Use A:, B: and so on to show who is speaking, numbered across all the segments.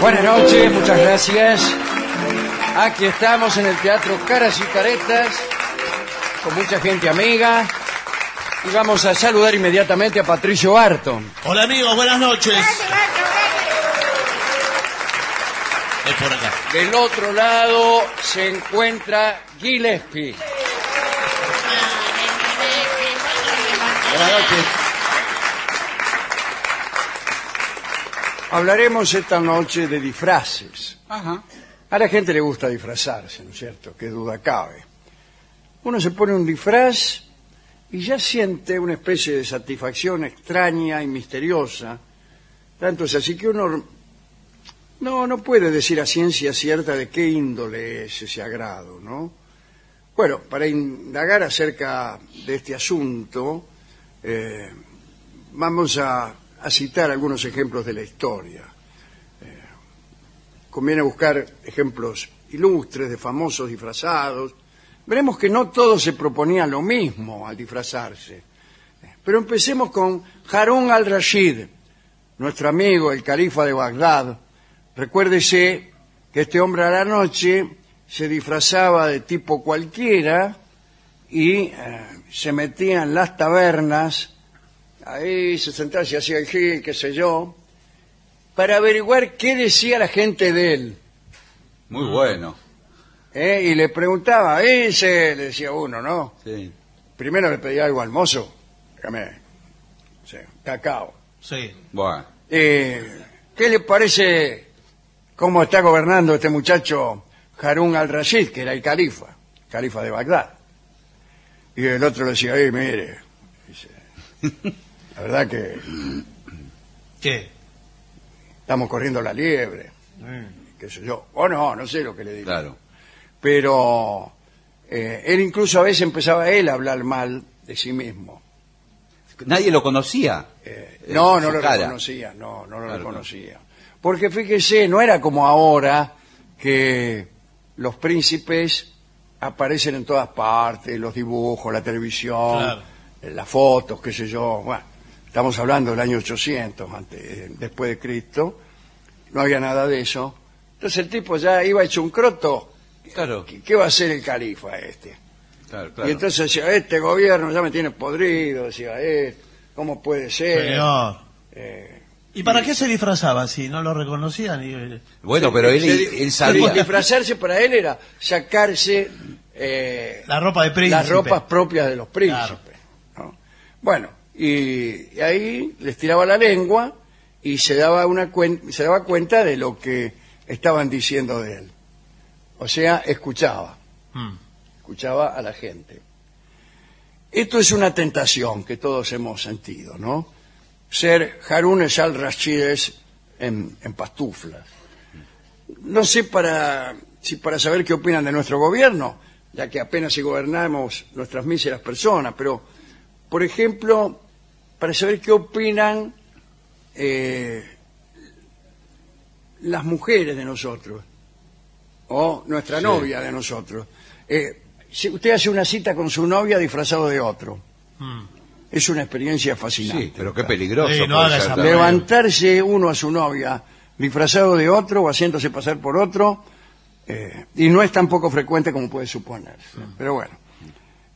A: Buenas noches, muchas gracias. Aquí estamos en el Teatro Caras y Caretas, con mucha gente amiga. Y vamos a saludar inmediatamente a Patricio Barton.
B: Hola amigos, buenas noches. Es por acá.
A: Del otro lado se encuentra Gillespie.
B: Buenas noches.
A: Hablaremos esta noche de disfraces. A la gente le gusta disfrazarse, ¿no es cierto? Qué duda cabe. Uno se pone un disfraz y ya siente una especie de satisfacción extraña y misteriosa. Tanto es así que uno no, no puede decir a ciencia cierta de qué índole es ese agrado, ¿no? Bueno, para indagar acerca de este asunto, eh, vamos a, a citar algunos ejemplos de la historia. Eh, conviene buscar ejemplos ilustres de famosos disfrazados. Veremos que no todos se proponían lo mismo al disfrazarse. Eh, Pero empecemos con Harun al-Rashid, nuestro amigo, el califa de Bagdad. Recuérdese que este hombre a la noche se disfrazaba de tipo cualquiera y eh, se metía en las tabernas Ahí se sentaba, se hacía el gil, qué sé yo, para averiguar qué decía la gente de él.
C: Muy bueno.
A: ¿eh? Y le preguntaba, ¿eh? se le decía uno, ¿no?
C: Sí.
A: Primero le pedía algo al mozo, dígame, sí, cacao.
B: Sí.
C: Bueno.
A: Eh, ¿Qué le parece cómo está gobernando este muchacho Harun al-Rashid, que era el califa, califa de Bagdad? Y el otro le decía, "Eh, mire, dice, la verdad que
B: ¿Qué?
A: estamos corriendo la liebre, qué sé yo. O no, no sé lo que le digo.
C: Claro.
A: Pero eh, él incluso a veces empezaba él a hablar mal de sí mismo.
C: Nadie lo conocía.
A: Eh,
C: Eh,
A: no,
C: su
A: no lo
C: cara.
A: reconocía, no, no lo
C: Claro,
A: reconocía. Porque fíjese, no era como ahora que los príncipes aparecen en todas partes, los dibujos, la televisión,
B: Claro.
A: eh, las fotos, qué sé yo. Bueno, estamos hablando del año 800, antes, eh, después de Cristo, no había nada de eso. Entonces el tipo ya iba hecho un croto y
C: Claro,
A: ¿Qué, qué va a hacer el califa este?
C: claro, claro.
A: Y entonces decía, este gobierno ya me tiene podrido, decía, eh, ¿cómo puede ser?
B: Señor.
A: Eh,
B: ¿Y para qué se disfrazaba si no lo reconocían? Y- eh,
C: Bueno,
A: eh,
C: pero él,
A: se-
C: él sabía.
A: Disfrazarse para él era sacarse eh,
B: La ropa de príncipe.
A: las ropas propias de los príncipes. ¿no? Bueno, y, y ahí les tiraba la lengua y se daba, una cuen- se daba cuenta de lo que estaban diciendo de él. O sea, escuchaba,
B: Mm.
A: escuchaba a la gente. Esto es una tentación que todos hemos sentido, ¿no? Ser Harunes al-Rashides en, en pastuflas. No sé para, si para saber qué opinan de nuestro gobierno, ya que apenas si gobernamos nuestras míseras personas, pero, por ejemplo, para saber qué opinan eh, las mujeres de nosotros, o nuestra novia de nosotros. Eh, si usted hace una cita con su novia disfrazado de otro.
B: Mm.
A: Es una experiencia fascinante.
C: Sí, pero qué peligroso.
B: Sí, no
C: puede
B: haga
C: ser
B: esa
C: también.
A: Levantarse uno a su novia disfrazado de otro o haciéndose pasar por otro, eh, y no es tan poco frecuente como puede suponerse. Pero bueno,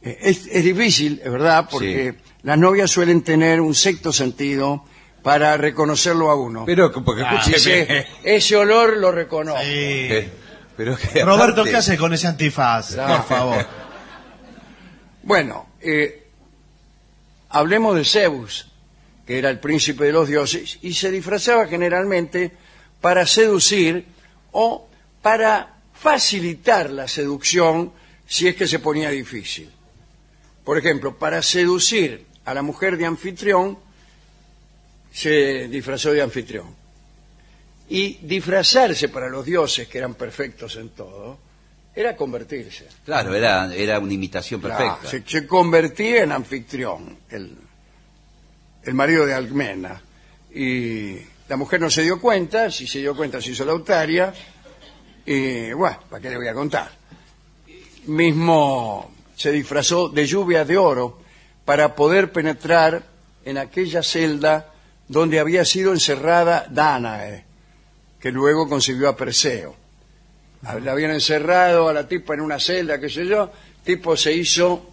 A: Eh, es, es difícil, es verdad, porque las novias suelen tener un sexto sentido para reconocerlo a uno.
C: Pero, porque
B: Ah,
C: escúcheme.
A: Dice, ese olor lo reconozco.
B: Sí.
C: Eh, pero que
B: Roberto,
C: aparte-
B: ¿qué hace con ese antifaz?
A: Claro.
B: Por favor.
A: Bueno, eh, hablemos de Zeus, que era el príncipe de los dioses, y se disfrazaba generalmente para seducir o para facilitar la seducción si es que se ponía difícil. Por ejemplo, para seducir a la mujer de anfitrión, se disfrazó de anfitrión. Y disfrazarse para los dioses, que eran perfectos en todo, era convertirse.
C: Claro, era, era una imitación perfecta.
A: Claro, se, se convertía en anfitrión, el, el marido de Alcmena. Y la mujer no se dio cuenta, si se dio cuenta se hizo lautaria. Y bueno, ¿para qué le voy a contar? Mismo se disfrazó de lluvia de oro para poder penetrar en aquella celda donde había sido encerrada Danae, que luego concibió a Perseo. A- La habían encerrado a la tipa en una celda, qué sé yo. Tipo se hizo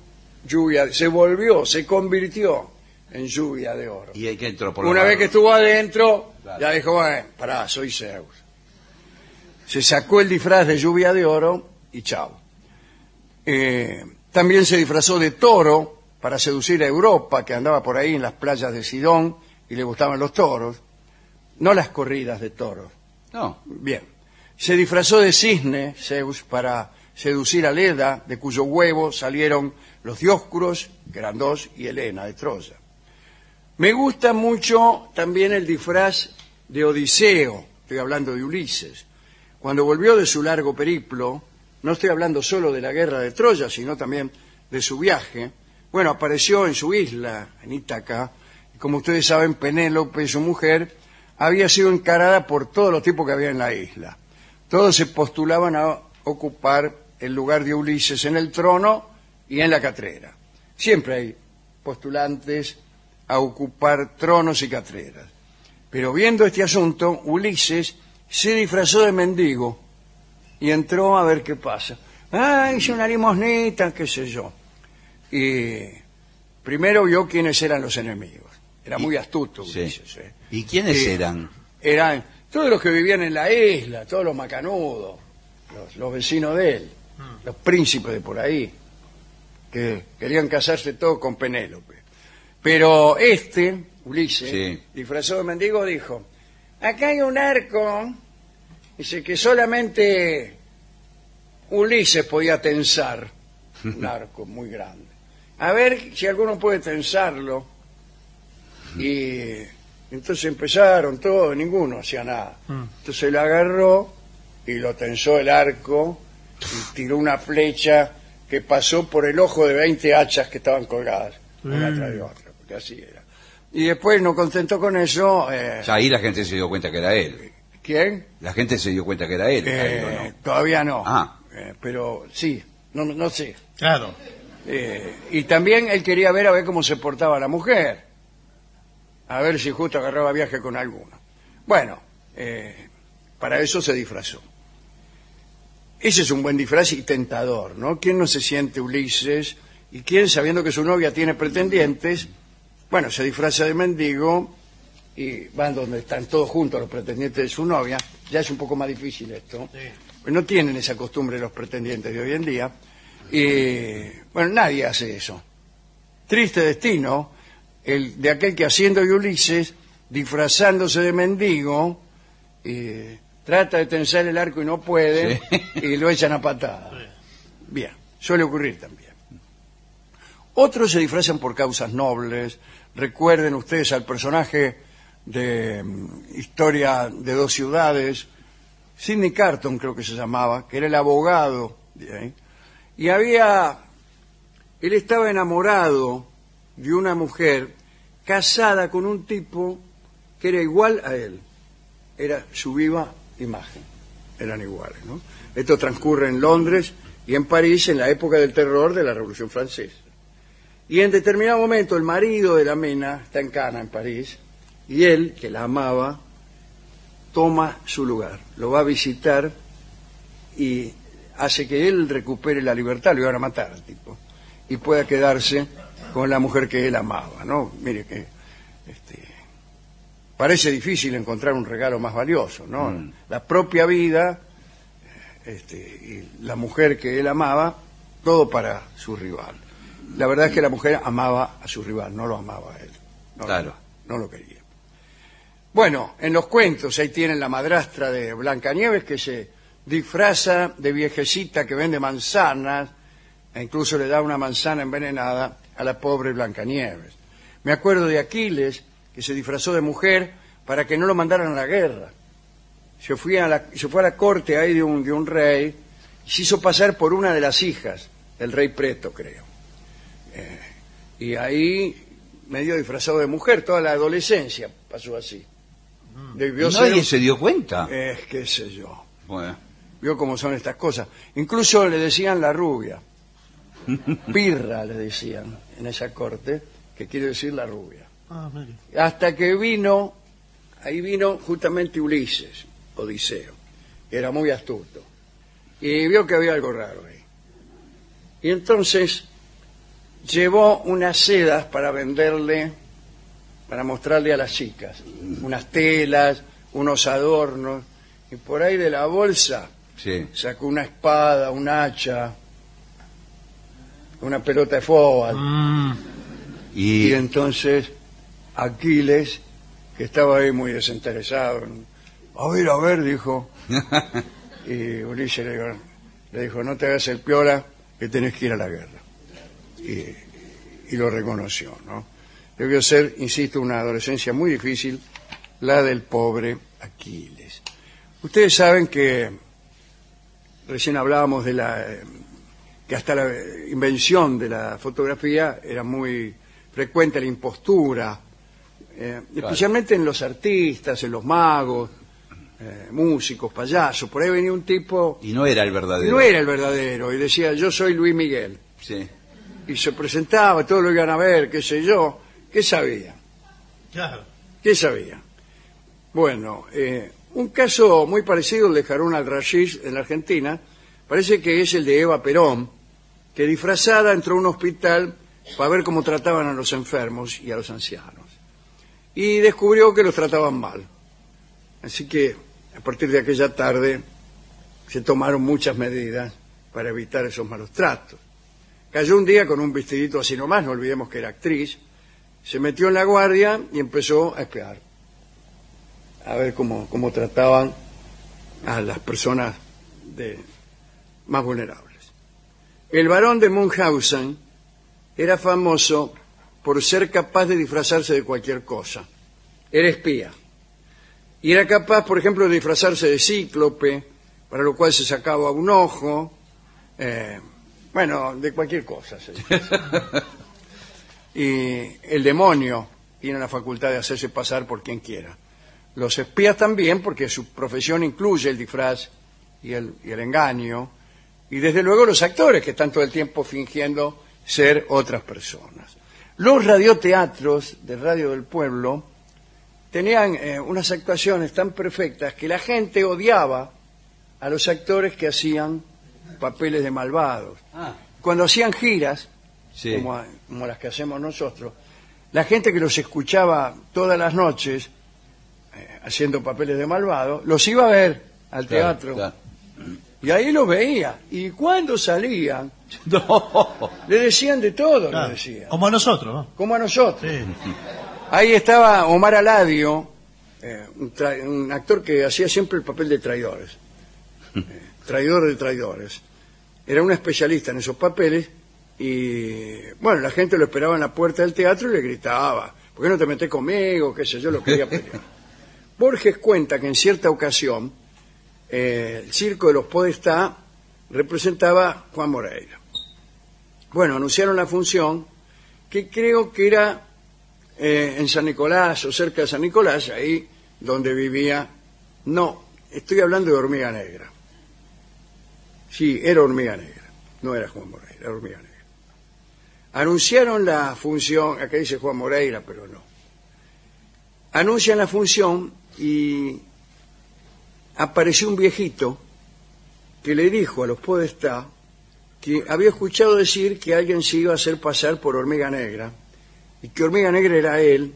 A: lluvia, se volvió, se convirtió en lluvia de oro.
C: Y el que entró por la
A: Una
C: barba.
A: vez que estuvo adentro,
C: Claro.
A: ya dijo, bueno, pará, soy Zeus. Se sacó el disfraz de lluvia de oro y chao. Eh, también se disfrazó de toro para seducir a Europa, que andaba por ahí en las playas de Sidón y le gustaban los toros. No las corridas de toros.
C: No,
A: Bien. Se disfrazó de cisne, Zeus, para seducir a Leda, de cuyo huevo salieron los Dioscuros, que eran dos, y Helena de Troya. Me gusta mucho también el disfraz de Odiseo, estoy hablando de Ulises. Cuando volvió de su largo periplo, no estoy hablando solo de la guerra de Troya, sino también de su viaje. Bueno, apareció en su isla, en Ítaca, y como ustedes saben, Penélope, su mujer, había sido encarada por todos los tipos que había en la isla. Todos se postulaban a ocupar el lugar de Ulises en el trono y en la catrera. Siempre hay postulantes a ocupar tronos y catreras. Pero viendo este asunto, Ulises se disfrazó de mendigo y entró a ver qué pasa. Ah, hice una limosnita, qué sé yo. Y primero vio quiénes eran los enemigos. Era muy astuto
C: sí.
A: Ulises. ¿eh?
C: ¿Y quiénes
A: Sí.
C: eran?
A: Eran todos los que vivían en la isla, todos los macanudos, los, los vecinos de él, los príncipes de por ahí, que querían casarse todos con Penélope. Pero este, Ulises,
C: Sí.
A: disfrazado de mendigo, dijo, acá hay un arco, dice que solamente Ulises podía tensar, un arco muy grande. A ver si alguno puede tensarlo. Y entonces empezaron todos, ninguno hacía nada.
B: Mm.
A: Entonces él agarró y lo tensó el arco y tiró una flecha que pasó por el ojo de 20 hachas que estaban colgadas, una tras de otra, porque así era. Y después, no contento con eso, eh,
C: Ya ahí la gente se dio cuenta que era él.
A: ¿quién?
C: La gente se dio cuenta que era él.
A: Eh,
C: ahí, ¿o no?
A: Todavía no.
C: Ah.
A: Eh, pero sí, no, no sé.
B: Claro.
A: Eh, y también él quería ver a ver cómo se portaba la mujer. A ver si justo agarraba viaje con alguno. Bueno, eh, para eso se disfrazó. Ese es un buen disfraz y tentador, ¿no? ¿Quién no se siente Ulises? ¿Y quién, sabiendo que su novia tiene pretendientes, bueno, se disfraza de mendigo y van donde están todos juntos los pretendientes de su novia? Ya es un poco más difícil esto. No tienen esa costumbre los pretendientes de hoy en día. Y, bueno, nadie hace eso. Triste destino el de aquel que haciendo de Ulises, disfrazándose de mendigo, eh, trata de tensar el arco y no puede, y lo echan a patada. Bien, suele ocurrir también. Otros se disfrazan por causas nobles. Recuerden ustedes al personaje de mm, Historia de dos ciudades, Sidney Carton creo que se llamaba, que era el abogado. de ahí. Y había, él estaba enamorado de una mujer casada con un tipo que era igual a él. Era su viva imagen. Eran iguales, ¿no? Esto transcurre en Londres y en París en la época del terror de la Revolución Francesa. Y en determinado momento el marido de la mena está en Cana, en París, y él, que la amaba, toma su lugar, lo va a visitar y hace que él recupere la libertad, lo van a matar al tipo, y pueda quedarse con la mujer que él amaba, ¿no? Mire que este, parece difícil encontrar un regalo más valioso, ¿no? La propia vida este, y la mujer que él amaba, todo para su rival. La verdad es que la mujer amaba a su rival, no lo amaba a él. No, lo
C: Claro.
A: amaba, no lo quería. Bueno, en los cuentos ahí tienen la madrastra de Blancanieves que se disfraza de viejecita que vende manzanas e incluso le da una manzana envenenada a la pobre Blancanieves. Me acuerdo de Aquiles que se disfrazó de mujer para que no lo mandaran a la guerra. Se, fui a la- se fue a la corte ahí de un, de un rey y se hizo pasar por una de las hijas del rey Preto, creo. Eh, y ahí, medio disfrazado de mujer, toda la adolescencia pasó así. Debió ser
C: Mm. Nadie
A: un-
C: se dio cuenta.
A: eh, qué sé yo.
C: Bueno,
A: Vio cómo son estas cosas. Incluso le decían la rubia. Pirra le decían en esa corte, que quiere decir la rubia.
B: Ah, mire.
A: Hasta que vino, ahí vino justamente Ulises, Odiseo, que era muy astuto. Y vio que había algo raro ahí. Y entonces llevó unas sedas para venderle, para mostrarle a las chicas. Unas telas, unos adornos. Y por ahí de la bolsa
C: sí.
A: sacó una espada, un hacha, una pelota de fútbol.
B: Mm,
C: Y,
A: Y entonces Aquiles, que estaba ahí muy desinteresado, en- a ver, a ver, dijo. Y Ulises le dijo, le dijo, no te hagas el piola, que tenés que ir a la guerra. Y, y lo reconoció, ¿no? Debió ser, insisto, una adolescencia muy difícil, la del pobre Aquiles. Ustedes saben que recién hablábamos de la eh, que hasta la eh, invención de la fotografía era muy frecuente la impostura, eh, especialmente en los artistas, en los magos, eh, músicos, payasos. Por ahí venía un tipo,
C: y no era el verdadero.
A: no era el verdadero, y decía, yo soy Luis Miguel.
C: Sí.
A: Y se presentaba, todos lo iban a ver, qué sé yo, qué sabía.
B: claro.
A: ¿Qué sabía? Bueno, eh, un caso muy parecido al de Harun al-Rashid en la Argentina, parece que es el de Eva Perón, que disfrazada entró a un hospital para ver cómo trataban a los enfermos y a los ancianos. Y descubrió que los trataban mal. Así que a partir de aquella tarde se tomaron muchas medidas para evitar esos malos tratos. Cayó un día con un vestidito así nomás, no olvidemos que era actriz, se metió en la guardia y empezó a espiar. A ver cómo, cómo trataban a las personas de- más vulnerables. El varón de Munchausen era famoso por ser capaz de disfrazarse de cualquier cosa. Era espía. Y era capaz, por ejemplo, de disfrazarse de cíclope, para lo cual se sacaba un ojo. eh, bueno, de cualquier cosa. se y el demonio tiene la facultad de hacerse pasar por quien quiera. Los espías también, porque su profesión incluye el disfraz y el, y el engaño, y desde luego los actores que están todo el tiempo fingiendo ser otras personas. Los radioteatros de Radio del Pueblo tenían eh, unas actuaciones tan perfectas que la gente odiaba a los actores que hacían papeles de malvados.
D: Ah.
A: Cuando hacían giras,
C: Sí.
A: como, a- como las que hacemos nosotros, la gente que los escuchaba todas las noches eh, haciendo papeles de malvados, los iba a ver al
C: Claro,
A: teatro.
C: claro.
A: Y ahí los veía. Y cuando salían,
C: No.
A: le decían de todo,
B: Claro.
A: le decían.
B: Como nosotros, ¿no?
A: Como a nosotros.
B: Sí.
A: Ahí estaba Omar Aladio, eh, un, tra- un actor que hacía siempre el papel de traidores. Eh, traidor de traidores. Era un especialista en esos papeles y, bueno, la gente lo esperaba en la puerta del teatro y le gritaba, ¿por qué no te metes conmigo? ¿Qué sé yo? Lo quería pelear. Borges cuenta que en cierta ocasión eh, el circo de los Podestá representaba Juan Moreira. Bueno, anunciaron la función que creo que era eh, en San Nicolás o cerca de San Nicolás, ahí donde vivía. No, estoy hablando de Hormiga Negra. Sí, era Hormiga Negra, no era Juan Moreira, era Hormiga Negra. Anunciaron la función, acá dice Juan Moreira, pero no. Anuncian la función y apareció un viejito que le dijo a los podestá que había escuchado decir que alguien se iba a hacer pasar por Hormiga Negra y que Hormiga Negra era él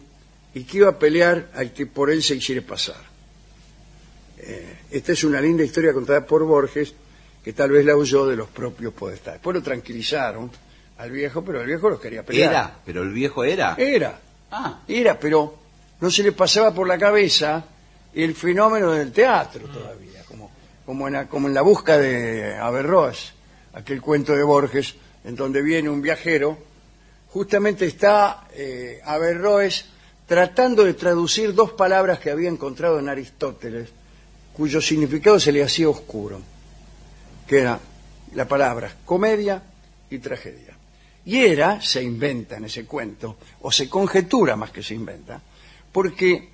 A: y que iba a pelear al que por él se hiciera pasar. Eh, esta es una linda historia contada por Borges que tal vez la huyó de los propios podestá. Después lo tranquilizaron al viejo, pero el viejo los quería pelear.
C: Era, pero el viejo era.
A: Era.
C: Ah.
A: Era, pero no se le pasaba por la cabeza el fenómeno del teatro todavía, como, como, en, la, como en la busca de Averroes, aquel cuento de Borges, en donde viene un viajero, justamente está eh, Averroes tratando de traducir dos palabras que había encontrado en Aristóteles, cuyo significado se le hacía oscuro, que era la palabra comedia y tragedia. Y era, se inventa en ese cuento, o se conjetura más que se inventa, porque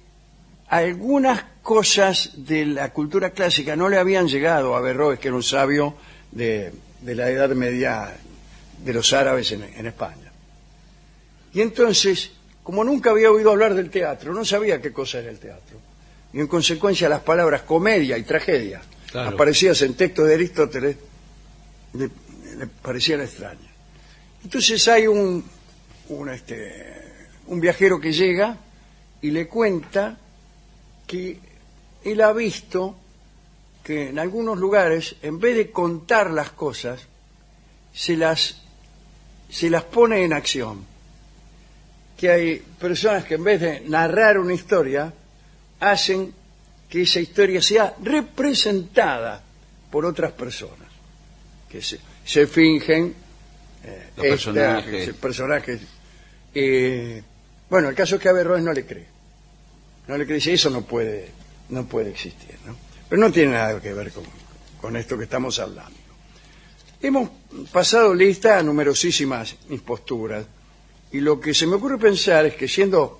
A: algunas cosas de la cultura clásica no le habían llegado a Berroes, que era un sabio de, de la Edad Media de los árabes en- en España. Y entonces, como nunca había oído hablar del teatro, no sabía qué cosa era el teatro. Y en consecuencia las palabras comedia y tragedia,
C: Claro.
A: aparecidas en textos de Aristóteles, le, le parecían extrañas. Entonces hay un, un, este, un viajero que llega y le cuenta que él ha visto que en algunos lugares, en vez de contar las cosas, se las, se las pone en acción que hay personas que en vez de narrar una historia, hacen que esa historia sea representada por otras personas, que se, se fingen eh,
C: Los
A: esta-
C: personajes.
A: se- personajes. Eh, bueno, el caso es que Averroes no le cree. No le cree, dice, eso no puede, no puede existir. ¿no? Pero no tiene nada que ver con, con esto que estamos hablando. Hemos pasado lista a numerosísimas imposturas y lo que se me ocurre pensar es que siendo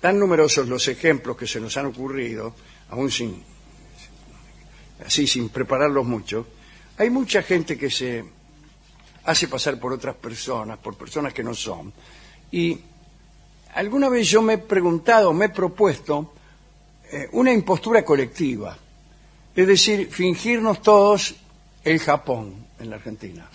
A: tan numerosos los ejemplos que se nos han ocurrido, aún sin así sin prepararlos mucho, hay mucha gente que se hace pasar por otras personas, por personas que no son. Y alguna vez yo me he preguntado, me he propuesto eh, una impostura colectiva, es decir, fingirnos todos el Japón en la Argentina.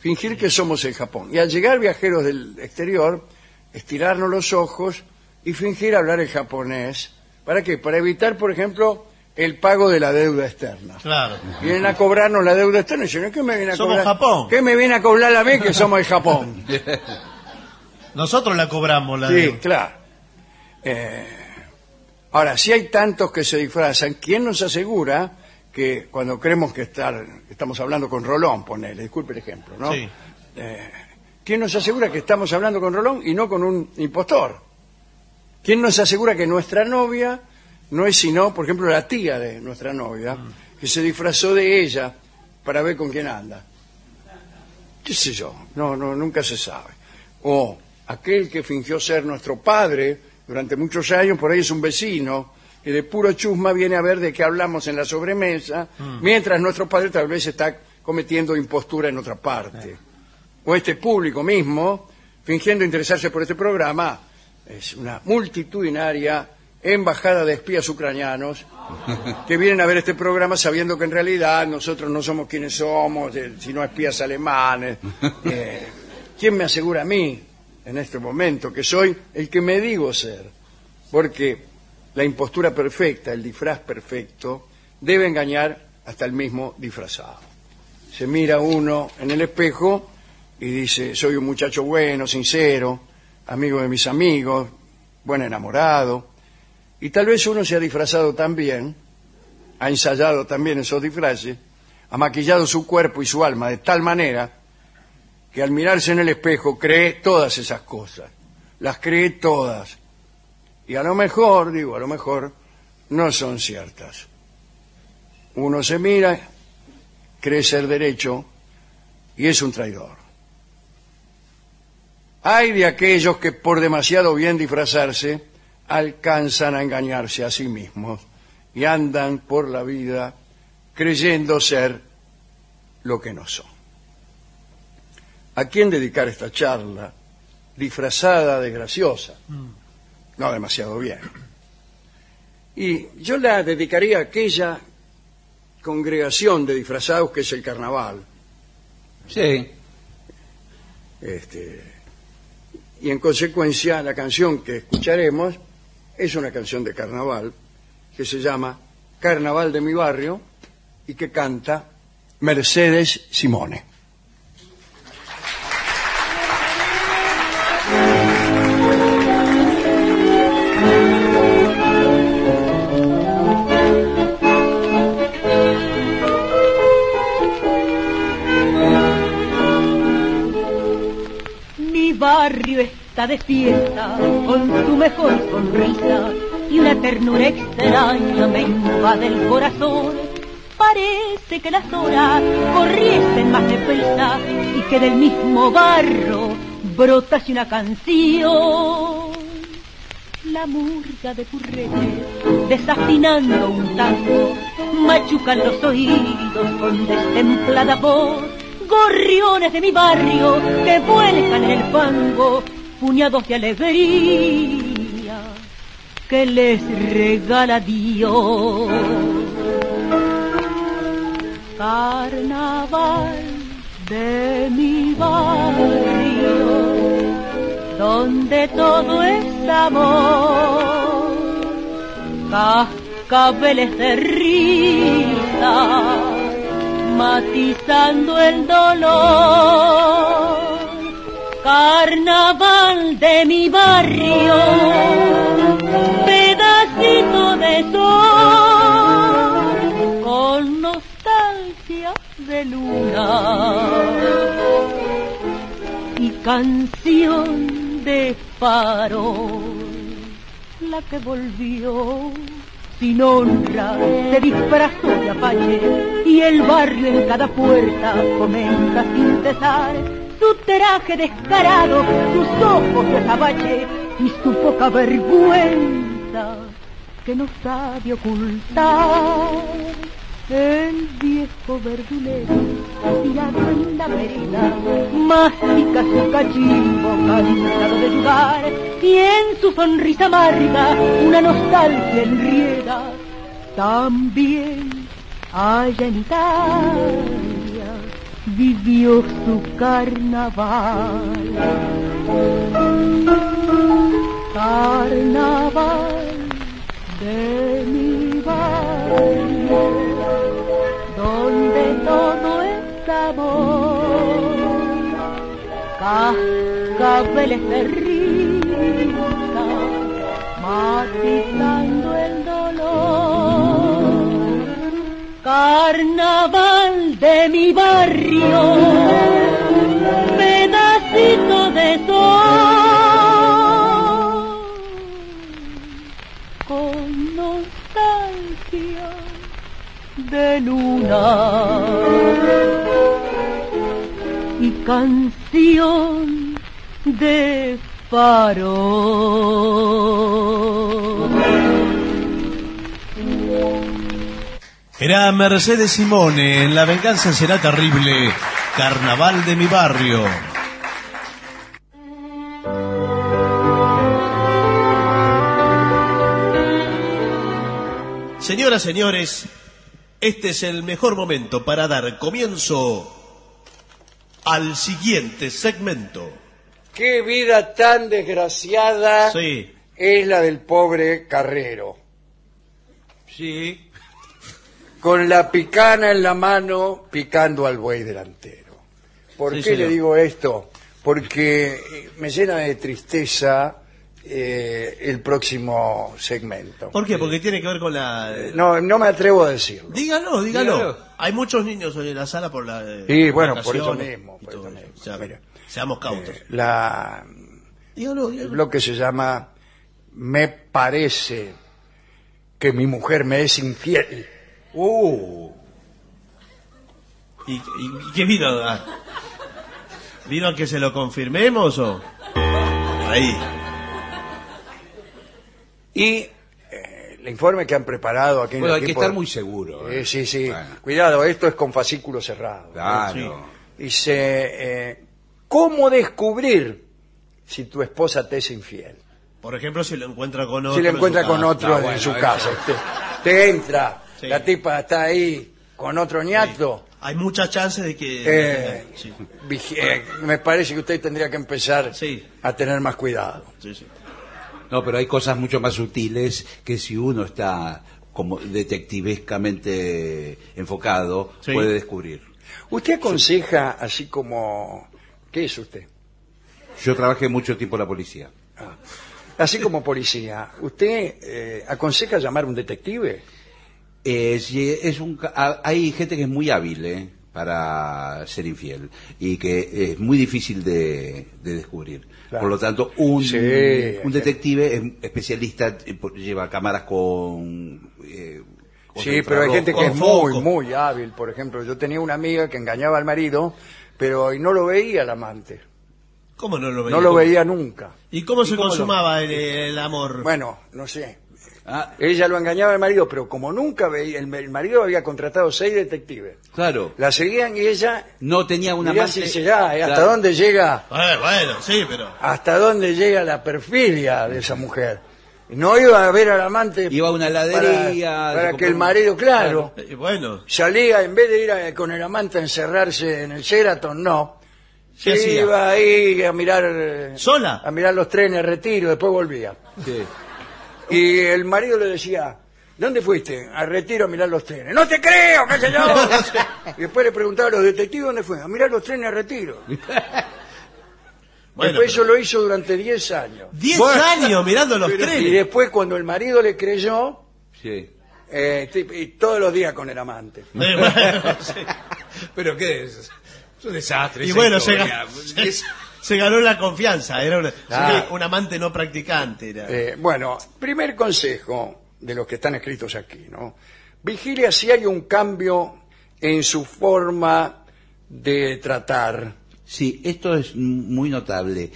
A: Fingir que somos el Japón. Y al llegar viajeros del exterior, estirarnos los ojos y fingir hablar el japonés. ¿Para qué? Para evitar, por ejemplo, el pago de la deuda externa.
B: Claro.
A: Vienen a cobrarnos la deuda externa. Y dicen, ¿qué me viene a
B: Somos
A: cobrar?
B: Japón.
A: ¿Qué me viene a cobrar a mí que somos el Japón?
B: Nosotros la cobramos, la
A: sí,
B: de...
A: claro. Eh, ahora, si hay tantos que se disfrazan, ¿quién nos asegura que cuando creemos que estar, estamos hablando con Rolón, ponele, disculpe el ejemplo, ¿no?
B: Sí.
A: Eh, ¿Quién nos asegura que estamos hablando con Rolón y no con un impostor? ¿Quién nos asegura que nuestra novia no es sino, por ejemplo, la tía de nuestra novia, que se disfrazó de ella para ver con quién anda? ¿Qué sé yo? No, no, nunca se sabe. O aquel que fingió ser nuestro padre durante muchos años, por ahí es un vecino, que de puro chusma viene a ver de qué hablamos en la sobremesa, mientras nuestro padre tal vez está cometiendo impostura en otra parte o este público mismo, fingiendo interesarse por este programa, es una multitudinaria embajada de espías ucranianos que vienen a ver este programa sabiendo que en realidad nosotros no somos quienes somos, eh, sino espías alemanes. Eh, ¿Quién me asegura a mí en este momento que soy el que me digo ser? Porque la impostura perfecta, el disfraz perfecto, debe engañar hasta el mismo disfrazado. Se mira uno en el espejo y dice, soy un muchacho bueno, sincero, amigo de mis amigos, buen enamorado. Y tal vez uno se ha disfrazado también, ha ensayado también esos disfraces, ha maquillado su cuerpo y su alma de tal manera que al mirarse en el espejo cree todas esas cosas, las cree todas. Y a lo mejor, digo, a lo mejor no son ciertas. Uno se mira, cree ser derecho y es un traidor. Hay de aquellos que por demasiado bien disfrazarse alcanzan a engañarse a sí mismos y andan por la vida creyendo ser lo que no son. ¿A quién dedicar esta charla disfrazada de graciosa? No demasiado bien. Y yo la dedicaría a aquella congregación de disfrazados que es el carnaval.
C: Sí.
A: Este, y en consecuencia, la canción que escucharemos es una canción de carnaval que se llama Carnaval de mi barrio y que canta Mercedes Simone.
E: Mi barrio está de fiesta con tu mejor sonrisa y una ternura extraña me invade el corazón. Parece que las horas corriesen más deprisa y que del mismo barro brotase una canción. La murga de currete, desafinando un tango, machucan los oídos con destemplada voz. Gorriones de mi barrio que vuelcan en el fango, puñados de alegría que les regala Dios. Carnaval de mi barrio donde todo es amor, cascabeles de risa, matizando el dolor, carnaval de mi barrio, pedacito de sol, con nostalgia de luna y canción de farol, la que volvió sin honra, se disfrazó de apache y el barrio en cada puerta comenta sin cesar su traje descarado, sus ojos de azabache y su poca vergüenza que no sabe ocultar. El viejo verdulero, tirado en la vereda, mastica su cachimbo cansado de jugar, y en su sonrisa amarga una nostalgia enrieda. También allá en Italia vivió su carnaval. Carnaval de mi barrio, donde todo es amor, cascabeles de risa, matizando el dolor, carnaval de mi barrio, pedacito de sol con nostalgia de luna y canción de farol.
B: Era Mercedes Simone, en La venganza será terrible, carnaval de mi barrio. Señoras, señores, este es el mejor momento para dar comienzo al siguiente segmento.
A: Qué vida tan desgraciada
B: Sí.
A: es la del pobre carrero.
C: Sí.
A: Con la picana en la mano, picando al buey delantero. ¿Por
C: Sí,
A: qué le
C: señor.
A: digo esto? Porque eh, me llena de tristeza eh, el próximo segmento.
B: ¿Por qué? Porque tiene que ver con la...
A: No, no me atrevo a decirlo.
B: Dígalo, dígalo.
C: Dígalo.
B: Hay muchos niños hoy en la sala por la... eh,
A: Sí, bueno, por eso
B: vacaciones
A: mismo,
B: y
A: por
B: todo
A: eso
B: eso.
A: mismo.
B: O sea,
A: Mira.
B: seamos cautos.
A: La,
B: dígalo,
A: el
B: dígalo.
A: bloque se llama Me parece que mi mujer me es infiel.
C: Uh.
B: ¿Y, y- y qué vino a dar? ¿Vino a que se lo confirmemos o...? Ahí.
A: Y eh, el informe que han preparado aquí en
C: Bueno,
A: el
C: hay que
A: equipo-
C: estar muy seguro. ¿eh?
A: Eh, sí, sí.
C: Bueno,
A: Cuidado, esto es con fascículo cerrado.
C: claro.
A: Dice, eh, ¿cómo descubrir si tu esposa te es infiel?
B: Por ejemplo, si lo encuentra con otro...
A: si la
B: en su
A: encuentra
B: casa.
A: con otro
C: No,
A: en
C: bueno,
A: su
C: eso-
A: casa. Te, te entra,
B: eh. Sí.
A: la tipa está ahí con otro ñato.
B: Hay muchas chances de que...
A: Eh,
B: Sí,
A: vigi- eh, me parece que usted tendría que empezar
B: Sí.
A: a tener más cuidado.
B: sí, sí.
C: No, pero hay cosas mucho más sutiles que si uno está como detectivescamente enfocado,
B: Sí.
C: puede descubrir.
A: ¿Usted aconseja así como... ¿Qué es usted?
C: Yo trabajé mucho tiempo en la policía.
A: Así como policía, ¿usted eh, aconseja llamar a un detective?
C: Eh, si es un, ca- ha- hay gente que es muy hábil eh, para ser infiel y que es muy difícil de, de descubrir.
A: Claro.
C: Por lo tanto, un,
A: Sí, eh,
C: un
A: hay
C: detective es especialista eh, por- lleva cámaras con... eh, con
A: Sí, pero hay
C: infrarrojo.
A: gente que es
B: Con
A: muy,
B: foco.
A: muy hábil. Por ejemplo, yo tenía una amiga que engañaba al marido, pero y no lo veía el amante.
B: ¿Cómo no lo veía?
A: No lo veía nunca.
B: ¿Y cómo se
A: cómo lo-
B: consumaba el, el amor?
A: Bueno, no sé.
C: Ah,
A: Ella lo engañaba al marido, pero como nunca veía, el, el marido había contratado seis detectives.
C: claro.
A: La seguían y ella...
C: No tenía una
A: mirá
C: amante-
A: si se da, ¿eh? ¿Hasta
C: Claro.
A: dónde llega?
B: Eh, bueno, sí, pero...
A: ¿Hasta dónde llega la perfilia de esa mujer? No iba a ver al amante.
C: Iba a una
A: para-
C: heladería,
A: Para,
C: se
A: que
C: compró
A: el
C: un-
A: marido, claro.
B: Eh, bueno,
A: salía en vez de ir a- con el amante a encerrarse en el Sheraton, no.
B: ¿Qué
A: Se
B: hacía?
A: iba ahí a mirar eh,
B: ¿Sola?
A: a mirar los trenes, retiro, después volvía.
C: Sí.
A: Y el marido le decía, ¿dónde fuiste? A retiro a mirar los trenes. No te creo, qué sé yo. y después le preguntaba a los detectives dónde fue, a mirar los trenes a retiro.
B: bueno.
A: después eso lo hizo durante 10 años.
B: Diez
A: Bueno,
B: años mirando los
A: pero- Y
B: trenes.
A: después cuando el marido le creyó,
C: Sí.
A: eh, tip- y todos los días con el amante.
B: Eh, bueno, sí.
F: Pero qué es. Es un desastre.
B: Y
F: esa
B: bueno, se,
F: historia.
B: ga-
F: Es-
B: se- se ganó la confianza. Era una-
A: Ah.
B: un amante no practicante. era.
A: Eh, bueno, primer consejo de los que están escritos aquí, ¿no? Vigile si hay un cambio en su forma de tratar.
C: Sí, esto es muy notable.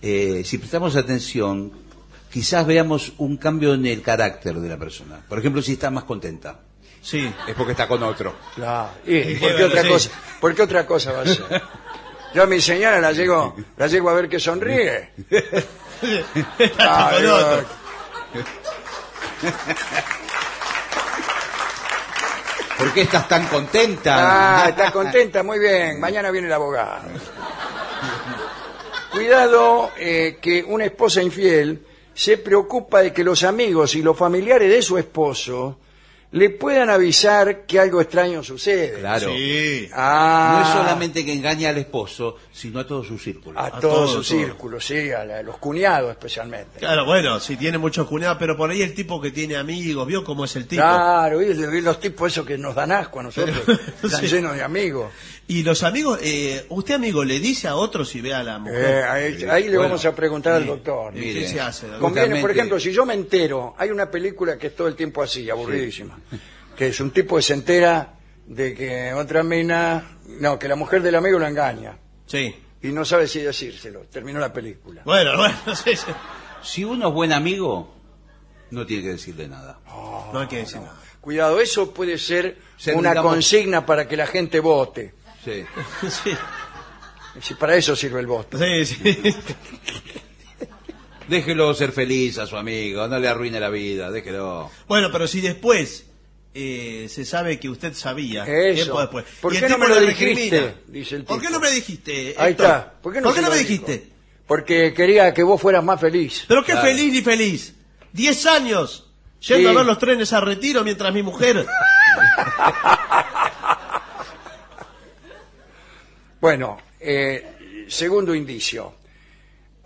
C: Eh, si prestamos atención, quizás veamos un cambio en el carácter de la persona. Por ejemplo, si está más contenta,
B: Sí.
C: es porque está con otro.
A: Claro. ¿Y por
B: bueno,
A: qué otra
B: sí.
A: cosa? ¿Por qué otra cosa va a ser? Yo a mi señora la llego, la llego a ver que sonríe.
B: Está
A: Ah,
B: con
A: digo,
B: otro.
C: ¿Por qué estás tan contenta?
A: ah, está contenta, muy bien. Mañana viene el abogado. Cuidado eh, que una esposa infiel se preocupa de que los amigos y los familiares de su esposo le puedan avisar que algo extraño sucede.
C: Claro.
B: Sí.
A: Ah, Ah.
C: No es solamente que engaña al esposo, sino a todo su círculo.
A: a,
B: a
A: todo
B: todo,
A: su
B: todo.
A: círculo, sí, a la- los cuñados especialmente.
B: Claro, bueno, sí, tiene muchos cuñados, pero por ahí el tipo que tiene amigos, ¿vio cómo es el tipo?
A: Claro, y de- de los tipos esos que nos dan asco a nosotros,
B: Sí.
A: están llenos de amigos.
B: Y los amigos, eh, usted amigo, ¿le dice a otro si ve a la mujer?
A: Eh, ahí ahí le
B: Bueno,
A: vamos a preguntar al doctor.
B: ¿Y ¿Qué
C: Mire,
B: se hace? doctor?
A: Conviene, por
C: Justamente.
A: ejemplo, si yo me entero, hay una película que es todo el tiempo así, aburridísima, que es un tipo que se entera de que otra mina, no, que la mujer del amigo lo engaña
B: Sí.
A: y no sabe si decírselo. Terminó la película.
B: Bueno, bueno, sí, sí.
C: Si uno es buen amigo, no tiene que decirle nada.
B: No hay que decir nada.
A: Cuidado, eso puede ser
C: Se
A: una
C: digamos-
A: consigna para que la gente vote.
C: Sí.
B: Sí,
A: Si para eso sirve el voto.
B: sí, sí.
C: Déjelo ser feliz a su amigo, no le arruine la vida, déjelo.
B: Bueno, pero si después eh, se sabe que usted sabía.
A: Eso.
B: Tiempo después.
A: ¿Por
B: Y el
A: qué no
B: tipo
A: me lo
B: le
A: dijiste?
B: recrimina.
A: Dice el
B: ¿Por qué
A: tipo.
B: no me dijiste?
A: Ahí
B: Héctor?
A: está.
B: ¿Por qué no,
A: se lo
B: me
A: dijo?
B: dijiste?
A: Porque quería que vos fueras más feliz.
B: Pero qué
C: Claro.
B: feliz ni feliz. Diez años yendo
A: Sí.
B: a ver los trenes a retiro mientras mi mujer.
A: Bueno, eh, segundo indicio.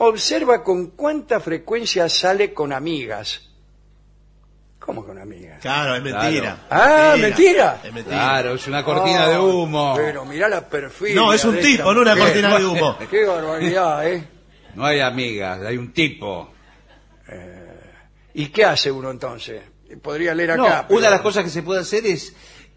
A: Observa con cuánta frecuencia sale con amigas. ¿Cómo con amigas?
B: Claro, es mentira.
A: Claro. Ah, mentira. Oh,
B: Es mentira.
C: Claro, es una cortina de humo.
A: Pero mirá la perfil.
B: No, es un tipo, no una cortina de humo.
A: Qué barbaridad, ¿eh?
C: No hay amigas, hay un tipo.
A: ¿Y qué hace uno entonces? Podría leer
C: No,
A: acá. pero-
C: una de las cosas que se puede hacer es,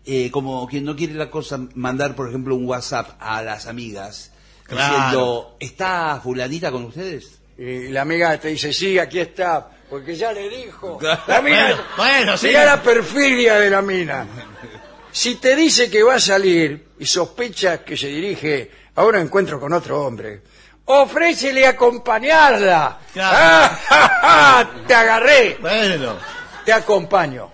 C: eh, como quien no quiere la cosa, mandar, por ejemplo, un WhatsApp a las amigas
B: Claro.
C: diciendo, ¿está fulanita con ustedes?
A: Y la amiga te dice, sí, aquí está, porque ya le dijo.
C: Claro.
A: La mina,
B: Bueno, bueno, sí.
A: mirá la perfidia de la mina. Si te dice que va a salir y sospechas que se dirige a un encuentro con otro hombre, ofrécele acompañarla.
B: Claro.
A: Ah, ja, ja, te agarré,
B: Bueno.
A: te acompaño